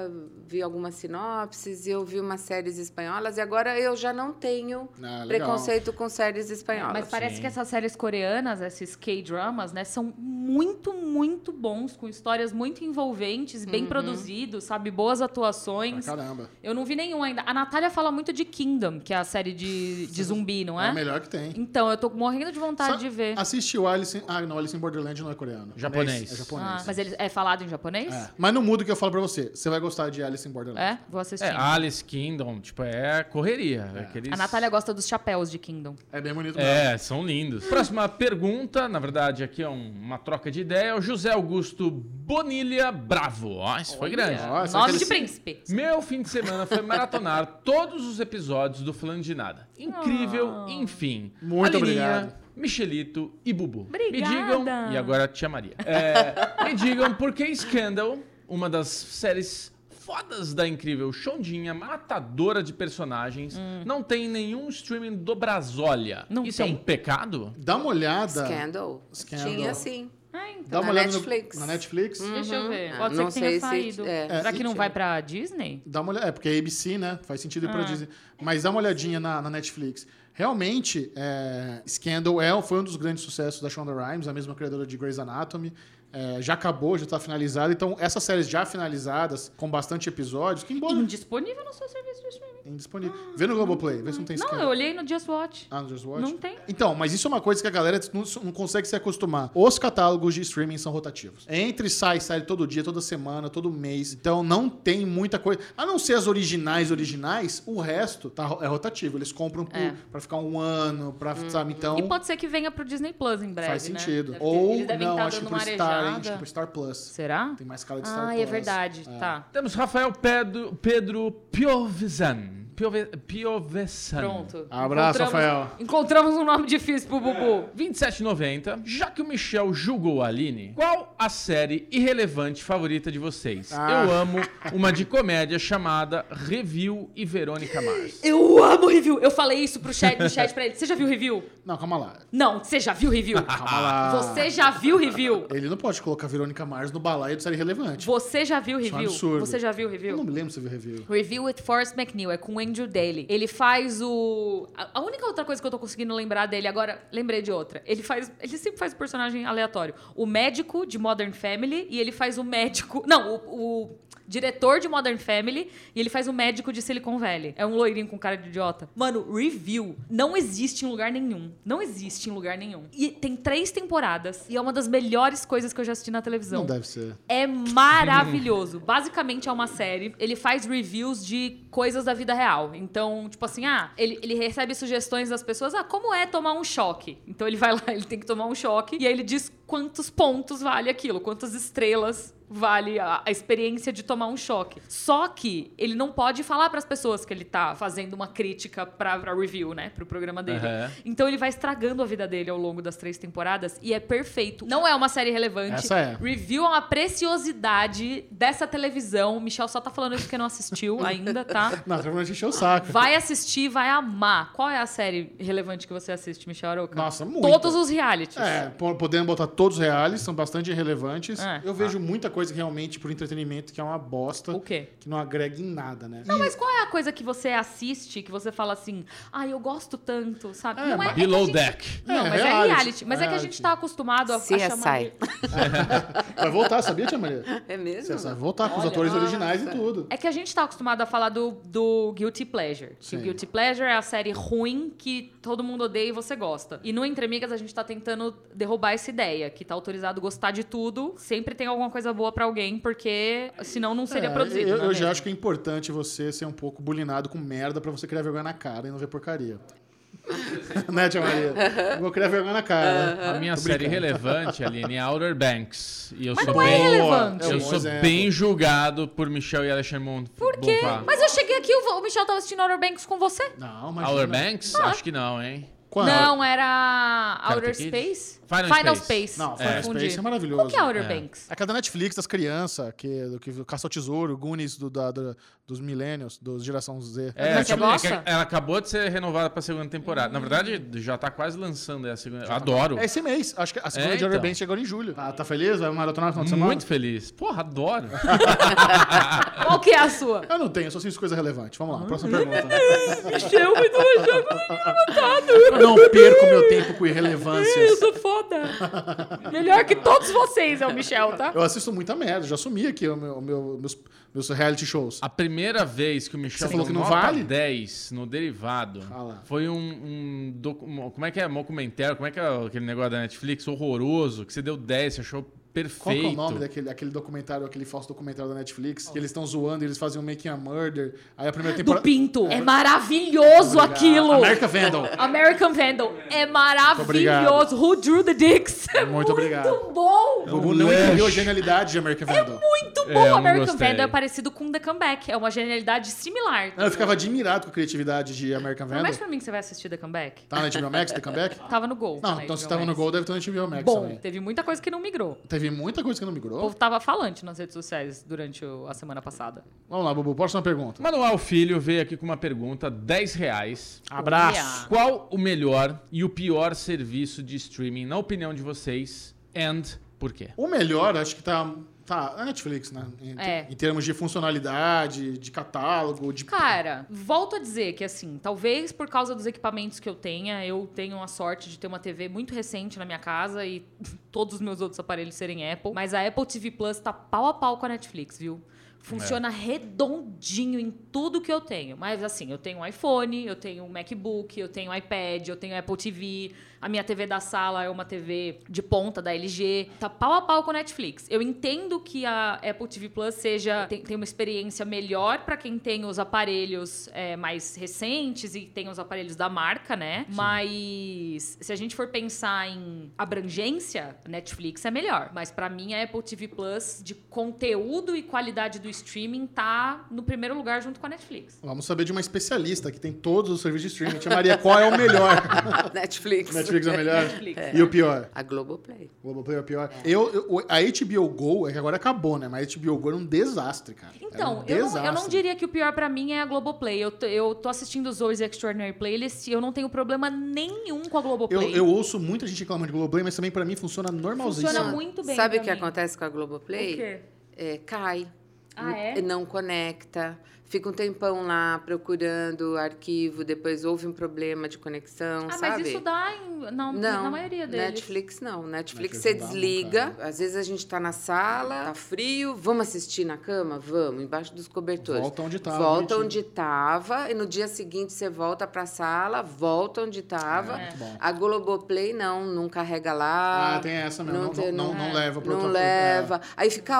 vi algumas sinopses, eu vi umas séries espanholas e agora eu já não tenho Ah, legal. preconceito com séries Mas espanholas. parece que essas séries coreanas, esses K-dramas, né, são muito, muito bons, com histórias muito envolventes, bem produzidos, sabe? Boas Pra atuações. caramba. Eu não vi nenhum ainda. A Natália fala muito de Kingdom, que é a série de, de zumbi, não É, é? o melhor que tem. Então, eu tô morrendo de vontade de ver. Assiste o Alice. in- Ah, não, Alice in Borderland não é coreano. Japonês. É Ah, japonês. mas ele é falado em japonês? É. Mas não muda o que eu falo pra você. Você vai gostar de Alice in Borderland. É, vou assistir. É, a... Alice Kingdom, tipo, é correria. Aqueles... Natália gosta dos chapéus de Kingdom. É, bem bonito mesmo. É, são lindos. Próxima pergunta, na verdade, aqui é um- uma troca de ideia. é O José Augusto Bonilha Bravo. Ó, isso foi grande. Ó, são Nome Ah, aqueles- de príncipe. Meu fim de semana foi maratonar todos os episódios do Falando de Nada. Ah. Incrível, enfim. Muito Alininha, obrigado. Michelito e Bubu. Me Obrigada. digam, e agora a Tia Maria. É, me digam por que Scandal, uma das séries fodas da incrível Shondinha, matadora de personagens, não tem nenhum streaming do Brasólia. Hum. Não Isso é tem? um pecado? Dá uma olhada. Scandal. Scandal. Tinha sim. Ah, então. Dá uma Na olhada no- Netflix. na Netflix. Deixa eu ver. Ah, Pode não ser que sei tenha se- saído. é. Será É, que não se vai tiver. pra Disney? Dá uma olhada. É, porque é ABC, né? Faz sentido ir pra Ah. Disney. Mas dá uma olhadinha na, na Netflix. Realmente, é, Scandal é, foi um dos grandes sucessos da Shonda Rhimes, a mesma criadora de Grey's Anatomy. É, já acabou, já tá finalizada. Então, essas séries já finalizadas, com bastante episódios, que embora. Indisponível no seu serviço de streaming. Indisponível. Vê no Globoplay, vê se não tem Não, Scandal. eu olhei no Just Watch. Ah, no Just Watch? Não tem. Então, mas isso é uma coisa que a galera não, não consegue se acostumar. Os catálogos de streaming são rotativos. Entre e sai, sai todo dia, toda semana, todo mês. Então não tem muita coisa. A não ser as originais, originais, o resto tá, ro- é rotativo. Eles compram por- É. Hum. pra ficar um ano, pra, sabe? Então. E pode ser que venha pro Disney Plus em breve, faz né? sentido. Deve ter- Ou eles devem não, estar acho que dando pro uma Star, hein? acho que arejada. pro Star Plus. Será? Tem mais cara de Star Ah, Plus. é verdade. Tá. Temos Rafael Pedro, Pedro Piovesan. Piove, Piovesan. Pronto. É. Abraço, Encontramos- Rafael. Encontramos um nome difícil pro Bubu. 27,90. Já que o Michel julgou a Aline, qual a série irrelevante favorita de vocês? Ah. Eu amo uma de comédia chamada Review e Verônica Mars. Eu amo review. Eu falei isso pro chat, no chat pra ele. Você já viu review? Não, calma lá. Não, você já viu review? Calma lá. Você já viu review? Ele não pode colocar Verônica Mars no balaio de série relevante. Você já viu Isso é um review? absurdo. Você já Eu viu não review? me lembro se eu vi review. Review with Forrest McNeil, é com o Andrew Daly. Ele faz o. A a única outra coisa que eu tô conseguindo lembrar dele agora, lembrei de outra. Ele faz. Ele sempre faz personagem aleatório. O médico de Modern Family e ele faz o médico. Não, o, o diretor de Modern Family e ele faz o médico de Silicon Valley. É um loirinho com cara de idiota. Mano, review não existe em lugar nenhum. Não existe em lugar nenhum. E tem três temporadas e é uma das melhores coisas que eu já assisti na televisão. Não deve ser. É maravilhoso. Basicamente é uma série. Ele faz reviews de coisas da vida real. Então, tipo assim, ah, ele, ele recebe sugestões das pessoas, ah, como é tomar um choque? Então ele vai lá, ele tem que tomar um choque e aí ele diz quantos pontos vale aquilo, quantas estrelas vale a, a experiência de tomar um choque. Só que ele não pode falar pras pessoas que ele tá fazendo uma crítica pra, pra review, né, pro programa dele. Aham. Então ele vai estragando a vida dele ao longo das três temporadas e é perfeito. Não é uma série relevante. Essa é. Review é uma preciosidade dessa televisão. O Michel só tá falando isso porque não assistiu ainda, tá? Não, realmente encheu o saco. Vai assistir, vai amar. Qual é a série relevante que você assiste, Michel Aroca? Nossa, muito. Todos os realities. É, po- podendo botar todos os reais, são bastante irrelevantes. É. Eu vejo muita coisa que realmente por entretenimento que é uma bosta, O quê? que não agrega em nada, né? Não, mas qual é a coisa que você assiste que você fala assim, ah, eu gosto tanto, sabe? É, não é, é que a Below gente- Deck. Não, É, mas é reality. reality. Mas é que a gente Reality. tá acostumado a, a CSI. chamar... de- Vai voltar, sabia, Tia Maria? É mesmo? Você vai voltar com os Olha, atores nossa. originais e tudo. É que a gente tá acostumado a falar do, do Guilty Pleasure. Que o Sim. Guilty Pleasure é a série ruim que todo mundo odeia e você gosta. E no Entre Amigas a gente tá tentando derrubar essa ideia, que tá autorizado gostar de tudo. Sempre tem alguma coisa boa pra alguém, porque senão não seria É, produzido. eu não é eu já mesmo? acho que é importante você ser um pouco bulinado com merda pra você criar vergonha na cara e não ver porcaria. né, Tia Maria? Eu vou criar vergonha na cara. A minha Tô série brincando. relevante, Aline, é Outer Banks. E eu sou não é bem, relevante. É Eu um sou exemplo. bem julgado por Michel e Alexandre Mont. Por Quê? Mas eu cheguei aqui, o o Michel tava assistindo Outer Banks com você? Ah. Não, mas. Outer Banks? Acho que não, hein? Qual? Não, era Karate Outer Kid? Space? Final Space. Não, Final Final Space Space é maravilhoso. Qual que é Outer É. Banks? É cada Netflix das crianças, que, do que Caça ao Tesouro, Goonies do, da- do- dos Millennials, dos Geração Z. É, Mas você tipo, é que gosta? ela acabou de ser renovada pra segunda temporada. Na verdade, já tá quase lançando aí a segunda. Adoro. É esse mês. Acho que a segunda É, de Outer então. Banks chegou em julho. Ah, tá feliz? Vai maratonar no final de semana? Muito feliz. Porra, adoro. Qual que é a sua? Eu não tenho, só sinto coisa relevante. Vamos lá, próxima pergunta. Michel, muito legal. né? não perco meu tempo com irrelevâncias. Eu sou foda. Melhor que todos vocês é o Michel, tá? Eu assisto muita merda, já assumi aqui o meu, o meu- meus, meus reality shows. A primeira vez que o Michel Você falou que deu não nota vale? 10 no derivado Ah lá. foi um, um docu- um- como é que é, documentário, como é que é aquele negócio da Netflix horroroso que você deu 10, você achou perfeito. Qual que é o nome daquele aquele documentário, aquele falso documentário da Netflix? Que eles estão zoando, eles fazem um Making a Murder. Aí a primeira Do temporada. Pinto. É maravilhoso aquilo. America Vandal. American Vandal. É maravilhoso. obrigado. Who drew the dicks? É Muito obrigado. Muito bom. O Bubu não Lush. entendeu a genialidade de American Vandal. Muito É, bom. eu não American gostei. Vandal é parecido com The Comeback. É uma genialidade similar. Eu ficava admirado com a criatividade de American É, Vandal. Promete pra mim que você vai assistir The Comeback. Tá na HBO Max, The Comeback? Tava no gol. Não, né, então se João tava no Max. gol, deve estar no HBO Max Bom, também. teve muita coisa que não migrou. Teve muita coisa que não O migrou. povo tava falante nas redes sociais durante o- a semana passada. Vamos lá, Bubu, próxima pergunta. Manuel Filho veio aqui com uma pergunta, 10 reais. Abraço. Qual o melhor e o pior serviço de streaming, na opinião de vocês? And Por quê? O melhor, acho que tá. Tá, a Netflix, né? Em, É. em termos de funcionalidade, de catálogo, de. Cara, volto a dizer que assim, talvez por causa dos equipamentos que eu tenha, eu tenho a sorte de ter uma TV muito recente na minha casa e todos os meus outros aparelhos serem Apple, mas a Apple TV Plus tá pau a pau com a Netflix, viu? Funciona redondinho em tudo que eu tenho. Mas assim, eu tenho um iPhone, eu tenho um MacBook, eu tenho um iPad, eu tenho Apple TV, a minha TV da sala é uma TV de ponta da LG. Tá pau a pau com a Netflix. Eu entendo que a Apple TV Plus seja tem, tem uma experiência melhor pra quem tem os aparelhos é, mais recentes e tem os aparelhos da marca, né? Mas se a gente for pensar em abrangência, a Netflix é melhor. Mas pra mim a Apple TV Plus de conteúdo e qualidade do streaming tá no primeiro lugar junto com a Netflix. Vamos saber de uma especialista que tem todos os serviços de streaming. Tia Maria, qual é o melhor? Netflix. Netflix é o melhor? Netflix. E o pior? A Globoplay. Globoplay é o pior. Eu, eu- a HBO Go, é que agora acabou, né? Mas a HBO Go era um desastre, cara. Era Então, um eu, não, desastre. eu não diria que o pior pra mim é a Globoplay. Eu tô, eu tô assistindo Zoe's Extraordinary Playlist e eu não tenho problema nenhum com a Eu, Globoplay. eu ouço muita gente reclamando de Globoplay, mas também pra mim funciona normalzinho. Funciona muito bem Sabe pra o que mim. acontece com a Globoplay? O quê? É, cai. Ah, é? N- Não conecta. Fica um tempão lá procurando arquivo, depois houve um problema de conexão, Ah, sabe? mas isso dá em, na, Não, na maioria deles. Netflix não. Netflix, Netflix você não dá, né? desliga. Às vezes a gente tá na sala, tá frio, vamos assistir na cama? Vamos, embaixo dos cobertores. Volta onde tá, tava, Volta gente. onde tava, e no dia seguinte você volta pra sala, volta onde tava. É, muito bom. A Globoplay não, não carrega lá. Ah, tem essa mesmo. Não, tem- não- não leva pra Não outra- é. leva. Aí fica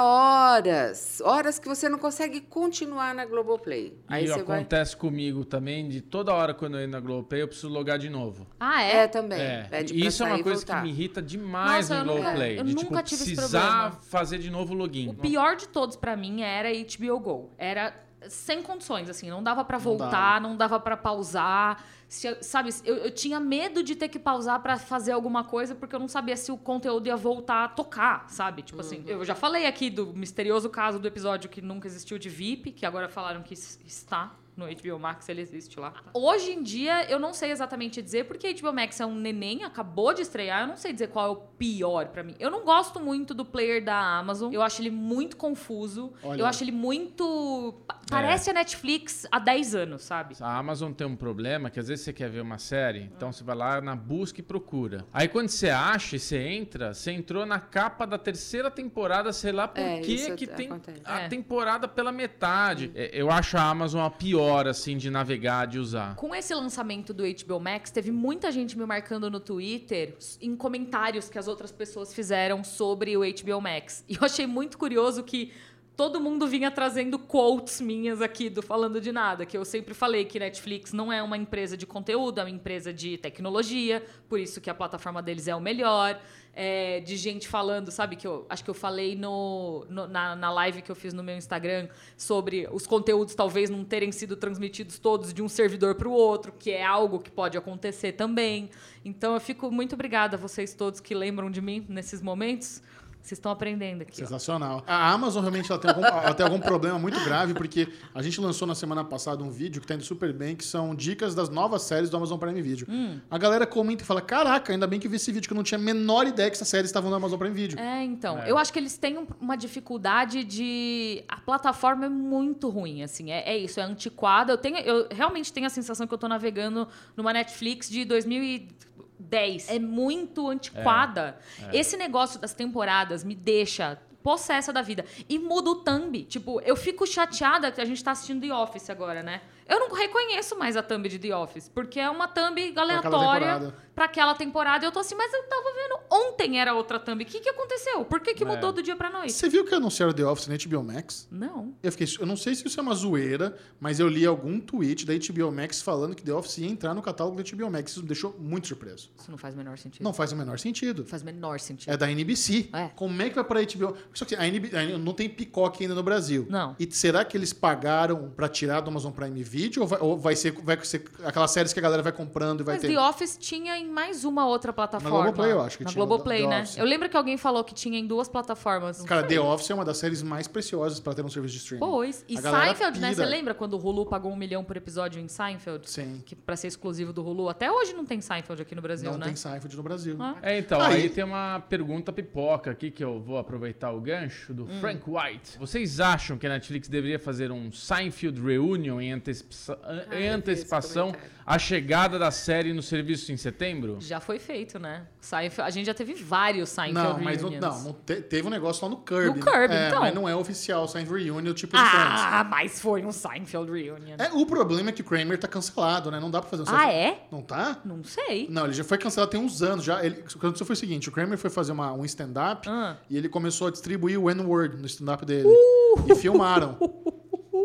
horas, horas que você não consegue continuar na Globoplay. Aí e você vai. acontece comigo também, de toda hora quando eu entro na Globoplay, eu preciso logar de novo. Ah, é? É, também. Pede pra isso é uma sair e coisa voltar. que me irrita demais Nossa, eu no nunca- Globoplay. eu de, nunca tipo, tive esse precisar problema. fazer de novo o login. O pior de todos pra mim era HBO Go. Era sem condições, assim, não dava pra voltar, não dava, pra pausar. Se eu- sabe, eu, eu tinha medo de ter que pausar pra fazer alguma coisa porque eu não sabia se o conteúdo ia voltar a tocar, sabe? Tipo assim, eu já falei aqui do misterioso caso do episódio que nunca existiu de VIP, que agora falaram que es- está no HBO Max, ele existe lá. Hoje em dia, eu não sei exatamente dizer, porque HBO Max é um neném, acabou de estrear, eu não sei dizer qual é o pior pra mim. Eu não gosto muito do player da Amazon, eu acho ele muito confuso, Olha. eu acho ele muito... pa- Parece a Netflix há 10 anos, sabe? A Amazon tem um problema que às vezes você quer ver uma série, então você vai lá na busca e procura. Aí quando você acha e você entra, você entrou na capa da terceira temporada, sei lá por É, quê isso que tem acontece. a É. temporada pela metade. É, Eu acho a Amazon a pior, assim, de navegar, de usar. Com esse lançamento do HBO Max, teve muita gente me marcando no Twitter s- em comentários que as outras pessoas fizeram sobre o HBO Max. E eu achei muito curioso que todo mundo vinha trazendo quotes minhas aqui do Falando de Nada, que eu sempre falei que Netflix não é uma empresa de conteúdo, é uma empresa de tecnologia, por isso que a plataforma deles é o melhor. É, de gente falando, sabe, que eu acho que eu falei no, no- na, na live que eu fiz no meu Instagram sobre os conteúdos talvez não terem sido transmitidos todos de um servidor para o outro, que é algo que pode acontecer também. Então eu fico muito obrigada a vocês todos que lembram de mim nesses momentos. Vocês estão aprendendo aqui. ó. É, Sensacional. A Amazon realmente ela tem, algum, ela tem algum problema muito grave, porque a gente lançou na semana passada um vídeo que tá indo super bem, que são dicas das novas séries do Amazon Prime Video. A galera comenta e fala: Caraca, ainda bem que eu vi esse vídeo, que eu não tinha a menor ideia que essas séries estavam no Amazon Prime Video. É, então. Eu acho que eles têm um- uma dificuldade de. A plataforma é muito ruim, assim. É, é isso, é antiquada. Eu, tenho, eu realmente tenho a sensação que eu tô navegando numa Netflix de 2010. É muito antiquada. Esse negócio das temporadas me deixa possessa da vida. E muda o thumb. Tipo, eu fico chateada que a gente tá assistindo The Office agora, né? Eu não reconheço mais a thumb de The Office, porque é uma thumb aleatória temporada. pra aquela temporada. Eu tô assim, mas eu tava vendo ontem era outra thumb. O que, que aconteceu? Por que, que É. mudou do dia pra noite? Você viu que anunciaram The Office na HBO Max? Não. Eu fiquei, eu não sei se isso é uma zoeira, mas eu li algum tweet da HBO Max falando que The Office ia entrar no catálogo da HBO Max. Isso me deixou muito surpreso. Isso não faz o menor sentido. Não faz o menor sentido. Não faz o menor sentido. É da NBC. É. Como é que vai pra HBO? Só que a NB, a NB não tem picoque ainda no Brasil. Não. E será que eles pagaram pra tirar do Amazon Prime Video? Ou vai, ou vai ser, vai ser aquelas séries que a galera vai comprando e vai Mas ter. The Office tinha em mais uma outra plataforma. Globoplay, eu acho que Na tinha, Globoplay, The né? Office. Eu lembro que alguém falou que tinha em duas plataformas. Cara, The Office é uma das séries mais preciosas pra ter um serviço de streaming. Pois. E A galera Seinfeld, né? Você pira. lembra quando o Hulu pagou um milhão por episódio em Seinfeld? Sim. Que pra ser exclusivo do Hulu. Até hoje não tem Seinfeld aqui no Brasil, Não né? tem Seinfeld no Brasil. Ah. É, então, Aí- aí. tem uma pergunta pipoca aqui que eu vou aproveitar o gancho do Hum. Frank White. Vocês acham que a Netflix deveria fazer um Seinfeld Reunion em, antecipa- Ah, vi em esse antecipação comentário. à chegada da série no serviço em setembro? Já foi feito, né? Seinfeld, a gente já teve vários Seinfeld Não, mas não, reunions. não, não te- teve um negócio lá no Curb. No Curb, é, então. Mas não é oficial, Seinfeld Reunion, tipo de Friends. Ah, mas foi um Seinfeld reunion. É, o problema é que o Kramer tá cancelado, né? Não dá pra fazer um ah, Seinfeld- é? Não tá? Não sei. Não, ele já foi cancelado tem uns anos. Já. Ele, o que aconteceu foi o seguinte: o Kramer foi fazer uma- um stand-up Ah. e ele começou a distribuir o N-word no stand-up dele. Uh! E filmaram.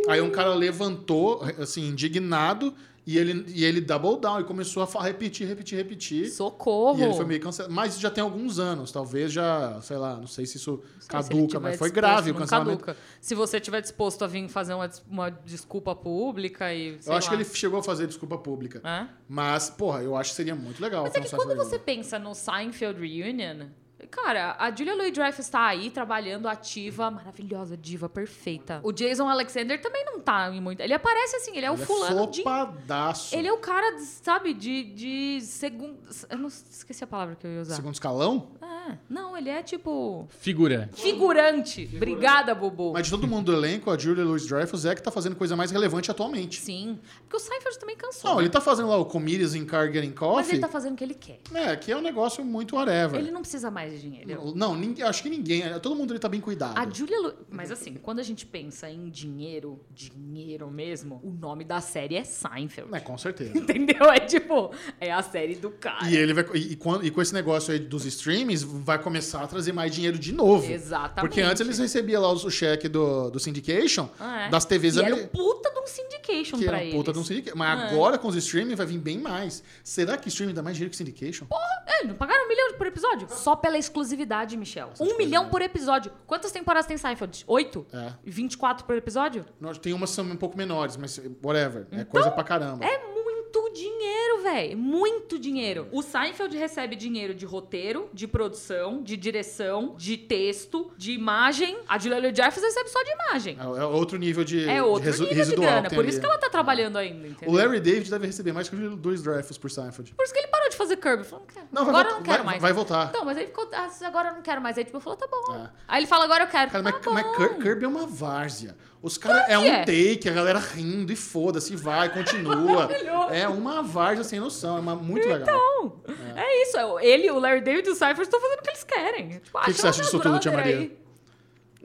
Aí um cara levantou, assim, indignado, e ele, e ele double down e começou a fa- repetir, repetir, repetir. Socorro. E ele foi meio cancelado. Mas isso já tem alguns anos, talvez já, sei lá, não sei se isso Não sei se ele caduca, tiver mas foi disposto, grave o não cancelamento. caduca. Se você tiver disposto a vir fazer uma, des- uma desculpa pública e. Eu acho que ele chegou a fazer desculpa pública. Mas, porra, eu acho que seria muito legal. Mas ter é um que Saturday quando você Night. pensa no Seinfeld Reunion. Cara, a Julia Louis Dreyfus tá aí trabalhando, ativa, maravilhosa, diva, perfeita. O Jason Alexander também não tá em muito. Ele aparece assim, ele é o Ele fulano de flopadaço. Ele é o cara, sabe, de, de segundo. Eu não esqueci a palavra que eu ia usar. Segundo escalão? Ah, não, ele é tipo. Figura. Figurante. Obrigada, Bobo. Mas de todo mundo do elenco, a Julia Louis Dreyfus é que tá fazendo coisa mais relevante atualmente. Sim. Porque o Seinfeld também cansou. Não, né? ele é tá fazendo lá o Comedians in Car Getting Mas Coffee. ele tá fazendo o que ele quer. É, que é um negócio muito whatever. Ele não precisa mais de dinheiro. É. não, ninguém- acho que ninguém. Todo mundo ele tá bem cuidado. A Julia Lu... Mas assim, quando a gente pensa em dinheiro, dinheiro mesmo, o nome da série é Seinfeld. É, com certeza. Entendeu? É tipo, é a série do cara. E é ele vai. E, e quando- e com esse negócio aí dos streams, vai começar a trazer mais dinheiro de novo. Exatamente. Porque antes eles recebiam lá o cheque do, do syndication Ah, é. das TVs E era um americanas. puta de um syndication Que pra era um eles. puta de um syndication. Mas Ah. agora com os streaming vai vir bem mais. Será que streaming dá mais dinheiro que syndication? É, não pagaram um milhão por episódio? Só pela exclusividade, Michel. Um milhão por episódio. Quantas temporadas tem Seinfeld? Oito? É. 24 por episódio? Nós- Tem umas que são um pouco menores, mas whatever. é coisa pra caramba. Então, É muito dinheiro, velho. Muito dinheiro. O Seinfeld recebe dinheiro de roteiro, de produção, de direção, de texto, de imagem. A Julia Louis-Dreyfus recebe só de imagem. É, é outro nível de, É de outro resu- nível de residual grana. tem Por ali. isso que ela tá trabalhando ainda, O entendeu? Larry David deve receber mais que o dois Dreyfus por Seinfeld. Por isso que ele parou de fazer Kirby. Falou, não quero. Não, vai agora eu voltar- não quero vai- mais. vai voltar. Então, mas ele ficou, ah, agora eu não quero mais. Aí tipo, falou, tá bom. É. Aí ele fala, agora eu quero. Cara, tá mas, bom. mas Cur- Kirby é uma várzea. Os caras é um é. take, a galera rindo e foda-se, vai, continua. Maravilhoso. Então, é uma várzea sem noção, é uma, muito legal. Não. É. isso. é o- Ele, o Larry David e o Cypher estão fazendo o que eles querem. Tipo, que você acha disso tudo, Tia Maria?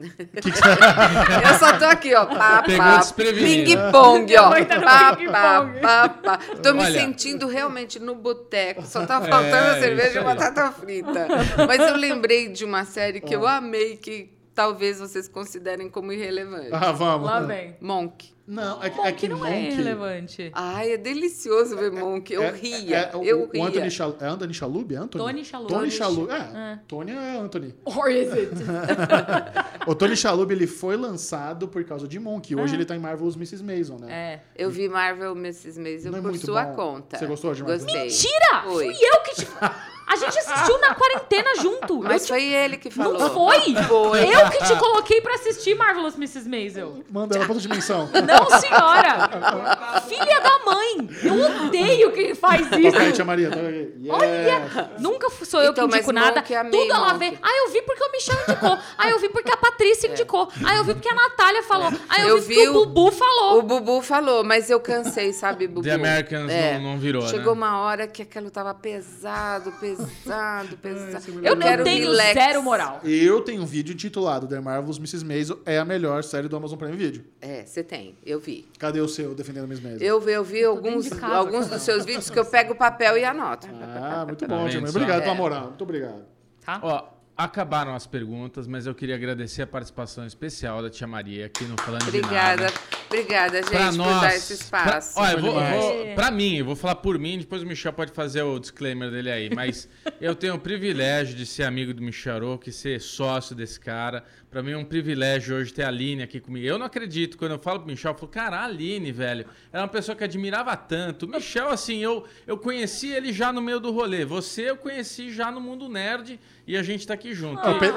Eu só tô aqui, ó. Pá, Pegou pá, desprevenido. ping-pong, ó. Mãe tá no Pá, ping-pong. pá, pá, pá. Tô me Olha. sentindo realmente no boteco. Só tá faltando É, a cerveja e isso aí. batata frita. Mas eu lembrei de uma série que eu Ah. amei, que talvez vocês considerem como irrelevante. Ah, vamos. Lá vem. Monk. Não, é, que- Bom, é que que não é Monk- irrelevante. Ai, é delicioso ver Monk. Eu é- ria. é- é o- eu o ria. Anthony Chal- é Anthony Chalub? É Anthony? Tony Ah. Shalhoub. Tony Tony Chalub. É, Tony é Anthony. Or is it? O Tony Chalub, ele foi lançado por causa de Monk. Hoje ele tá em Marvelous Mrs. Maisel, né? Ah. É. Eu vi Marvel Mrs. Maisel Não é por muito sua bom. conta. Você gostou de Marvel? Gostei. Mentira! Foi. Fui eu que te... A gente assistiu na quarentena junto. Mas eu te... foi ele que falou. Não foi? Foi. Eu que te coloquei pra assistir Marvelous Mrs. Maisel. Manda ela pra outra dimensão. Não, senhora! Filha da mãe! Eu odeio quem faz isso! Toca aí, tia Maria. toca aí. Yeah. Olha! Nunca fu- sou eu Então, que mas indico nada. Monk, amei Tudo ela Monk. vê. Ah, eu vi porque o Michel indicou. ah, eu vi porque a Patrícia indicou. Ah, eu vi porque a Natália falou. Ah, eu, É. Eu vi vi porque o o- Bubu falou. O Bubu falou, mas eu cansei, sabe, Bubu? The Americans não- não virou, É. Chegou né? uma hora que aquilo tava pesado, pesado, pesado. Eu não tenho relax. zero moral. Eu tenho um vídeo intitulado The Marvelous Mrs. Maisel é a melhor série do Amazon Prime Video. É, você tem, eu vi. Cadê o seu defendendo a Miss Maisel? Eu, vi- eu vi tô dentro alguns, de casa, alguns dos seus vídeos que eu pego o papel e anoto. Ah, muito Tá bom, vendo tia Maria. só? Obrigado É. pela moral. Muito obrigado. Tá? Ó, acabaram as perguntas, mas eu queria agradecer a participação especial da Tia Maria aqui no Falando de Obrigada. Nada. Obrigada, gente, Pra por nós. dar esse espaço. Pra, olha, eu vou, Bom demais. vou- pra mim, eu vou falar por mim, depois o Michel pode fazer o disclaimer dele aí. Mas eu tenho o privilégio de ser amigo do Micharou, que ser sócio desse cara. Pra mim é um privilégio hoje ter a Aline aqui comigo. Eu não acredito, quando eu falo pro Michel, eu falo, cara, a Aline, velho, era uma pessoa que admirava tanto. O Michel, assim, eu, eu conheci ele já no meio do rolê. Você eu conheci já no mundo nerd e a gente tá aqui junto. Ah, E Pe-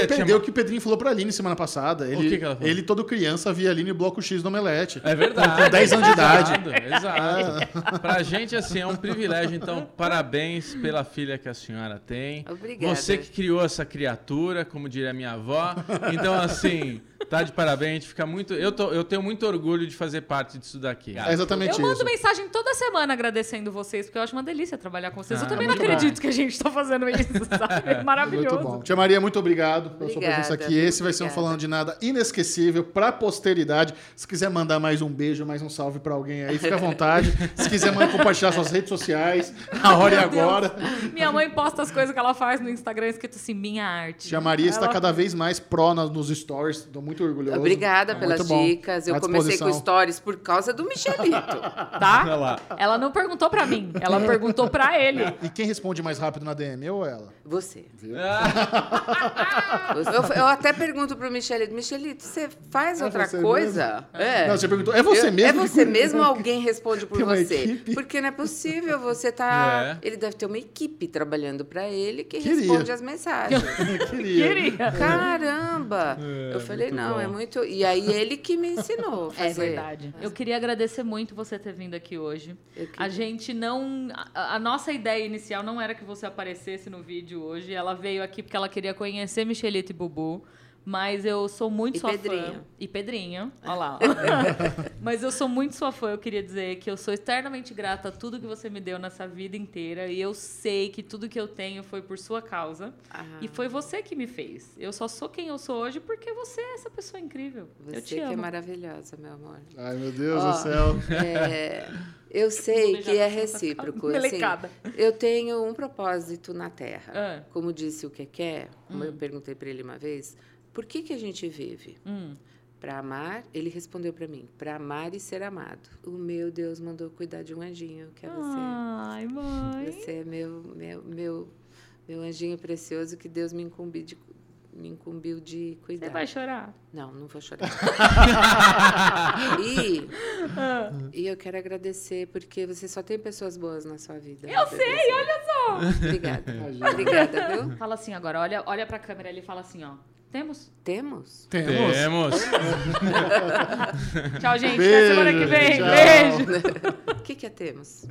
Você te perdeu o amar- que o Pedrinho falei pra Aline semana passada. Ele, que que ela falou? ele todo criança, via Aline Bloco X no Omelete. É verdade. Com 10 anos de idade. Exato, exato. Pra gente, assim, é um privilégio. Então, parabéns pela filha que a senhora tem. Obrigada. Você que criou essa criatura, como diria minha avó. Então, assim, tá de parabéns. A gente Fica muito... eu, tô- eu tenho muito orgulho de fazer parte disso daqui. É exatamente Eu mando isso. mensagem toda semana agradecendo vocês, porque eu acho uma delícia trabalhar com vocês. Ah, eu também não muito acredito que a gente tá fazendo isso, sabe? É Maravilhoso. Muito bom. Tia Maria, muito obrigado pela sua Obrigada, presença aqui. muito Esse vai ser um obrigada. Falando de Nada inesquecível pra posteridade. Se quiser mandar mais um beijo, mais um salve pra alguém aí, fica à vontade. Se quiser mandar compartilhar suas redes sociais, a hora e Meu Deus. agora. Minha mãe posta as coisas que ela faz no Instagram escrito assim, minha arte. Tia Maria está Ela- cada vez mais pró nas- nos stories. Estou muito orgulhoso. Tá Obrigada Muito pelas bom. dicas. Eu À comecei com disposição. stories por causa do Michelito. Olha Tá? lá. Ela não perguntou pra mim, ela perguntou pra ele. E quem responde mais rápido na DM, eu ou ela? Você. Ah, Eu, eu até pergunto pro Michelito, Michelito, você faz É outra você coisa? É. Não, você perguntou, é você Eu- mesmo? É que- você mesmo ou alguém responde por Tem uma você? equipe? Porque não é possível, você tá... É. Ele deve ter uma equipe trabalhando para ele que Queria. É. responde as mensagens. Queria. Queria. Caramba! eu falei, muito não, bom. é muito... E aí ele que me ensinou a É fazer. verdade. Eu queria agradecer muito você ter vindo aqui hoje. Eu A queria. gente não. A, a nossa ideia inicial não era que você aparecesse no vídeo hoje. Ela veio aqui porque ela queria conhecer Michelito e Bubu. Mas eu sou muito E sua fã. Pedrinho. E Pedrinho. Olha lá. mas eu sou muito sua fã. Eu queria dizer que eu sou eternamente grata a tudo que você me deu nessa vida inteira. E eu sei que tudo que eu tenho foi por sua causa. Ah, E foi você que me fez. Eu só sou quem eu sou hoje porque você é essa pessoa incrível. Você eu te que é amo. maravilhosa, meu amor. Ai, meu Deus Ó. do céu. É, eu sei que é recíproco. Assim, Melecada. eu tenho um propósito na Terra. Ah. Como disse o Keké, como eu perguntei para ele uma vez, por que, que a gente vive? Hum. Para amar, ele respondeu para mim, para amar e ser amado. O meu Deus mandou cuidar de um anjinho, que é você. Ai, mãe. Você é meu, meu, meu, meu anjinho precioso que Deus me, incumbi de- me incumbiu de cuidar. Você vai chorar. Não, não vou chorar. e, Ah. e eu quero agradecer, porque você só tem pessoas boas na sua vida. né, Eu sei, olha só. Obrigada. Imagina. Obrigada, viu? Fala assim agora, olha, olha pra câmera ali e fala assim, ó. Temos? Temos? Temos. Temos. Tchau, gente. Até Beijo, semana que vem. tchau. Beijo. O que, que é temos?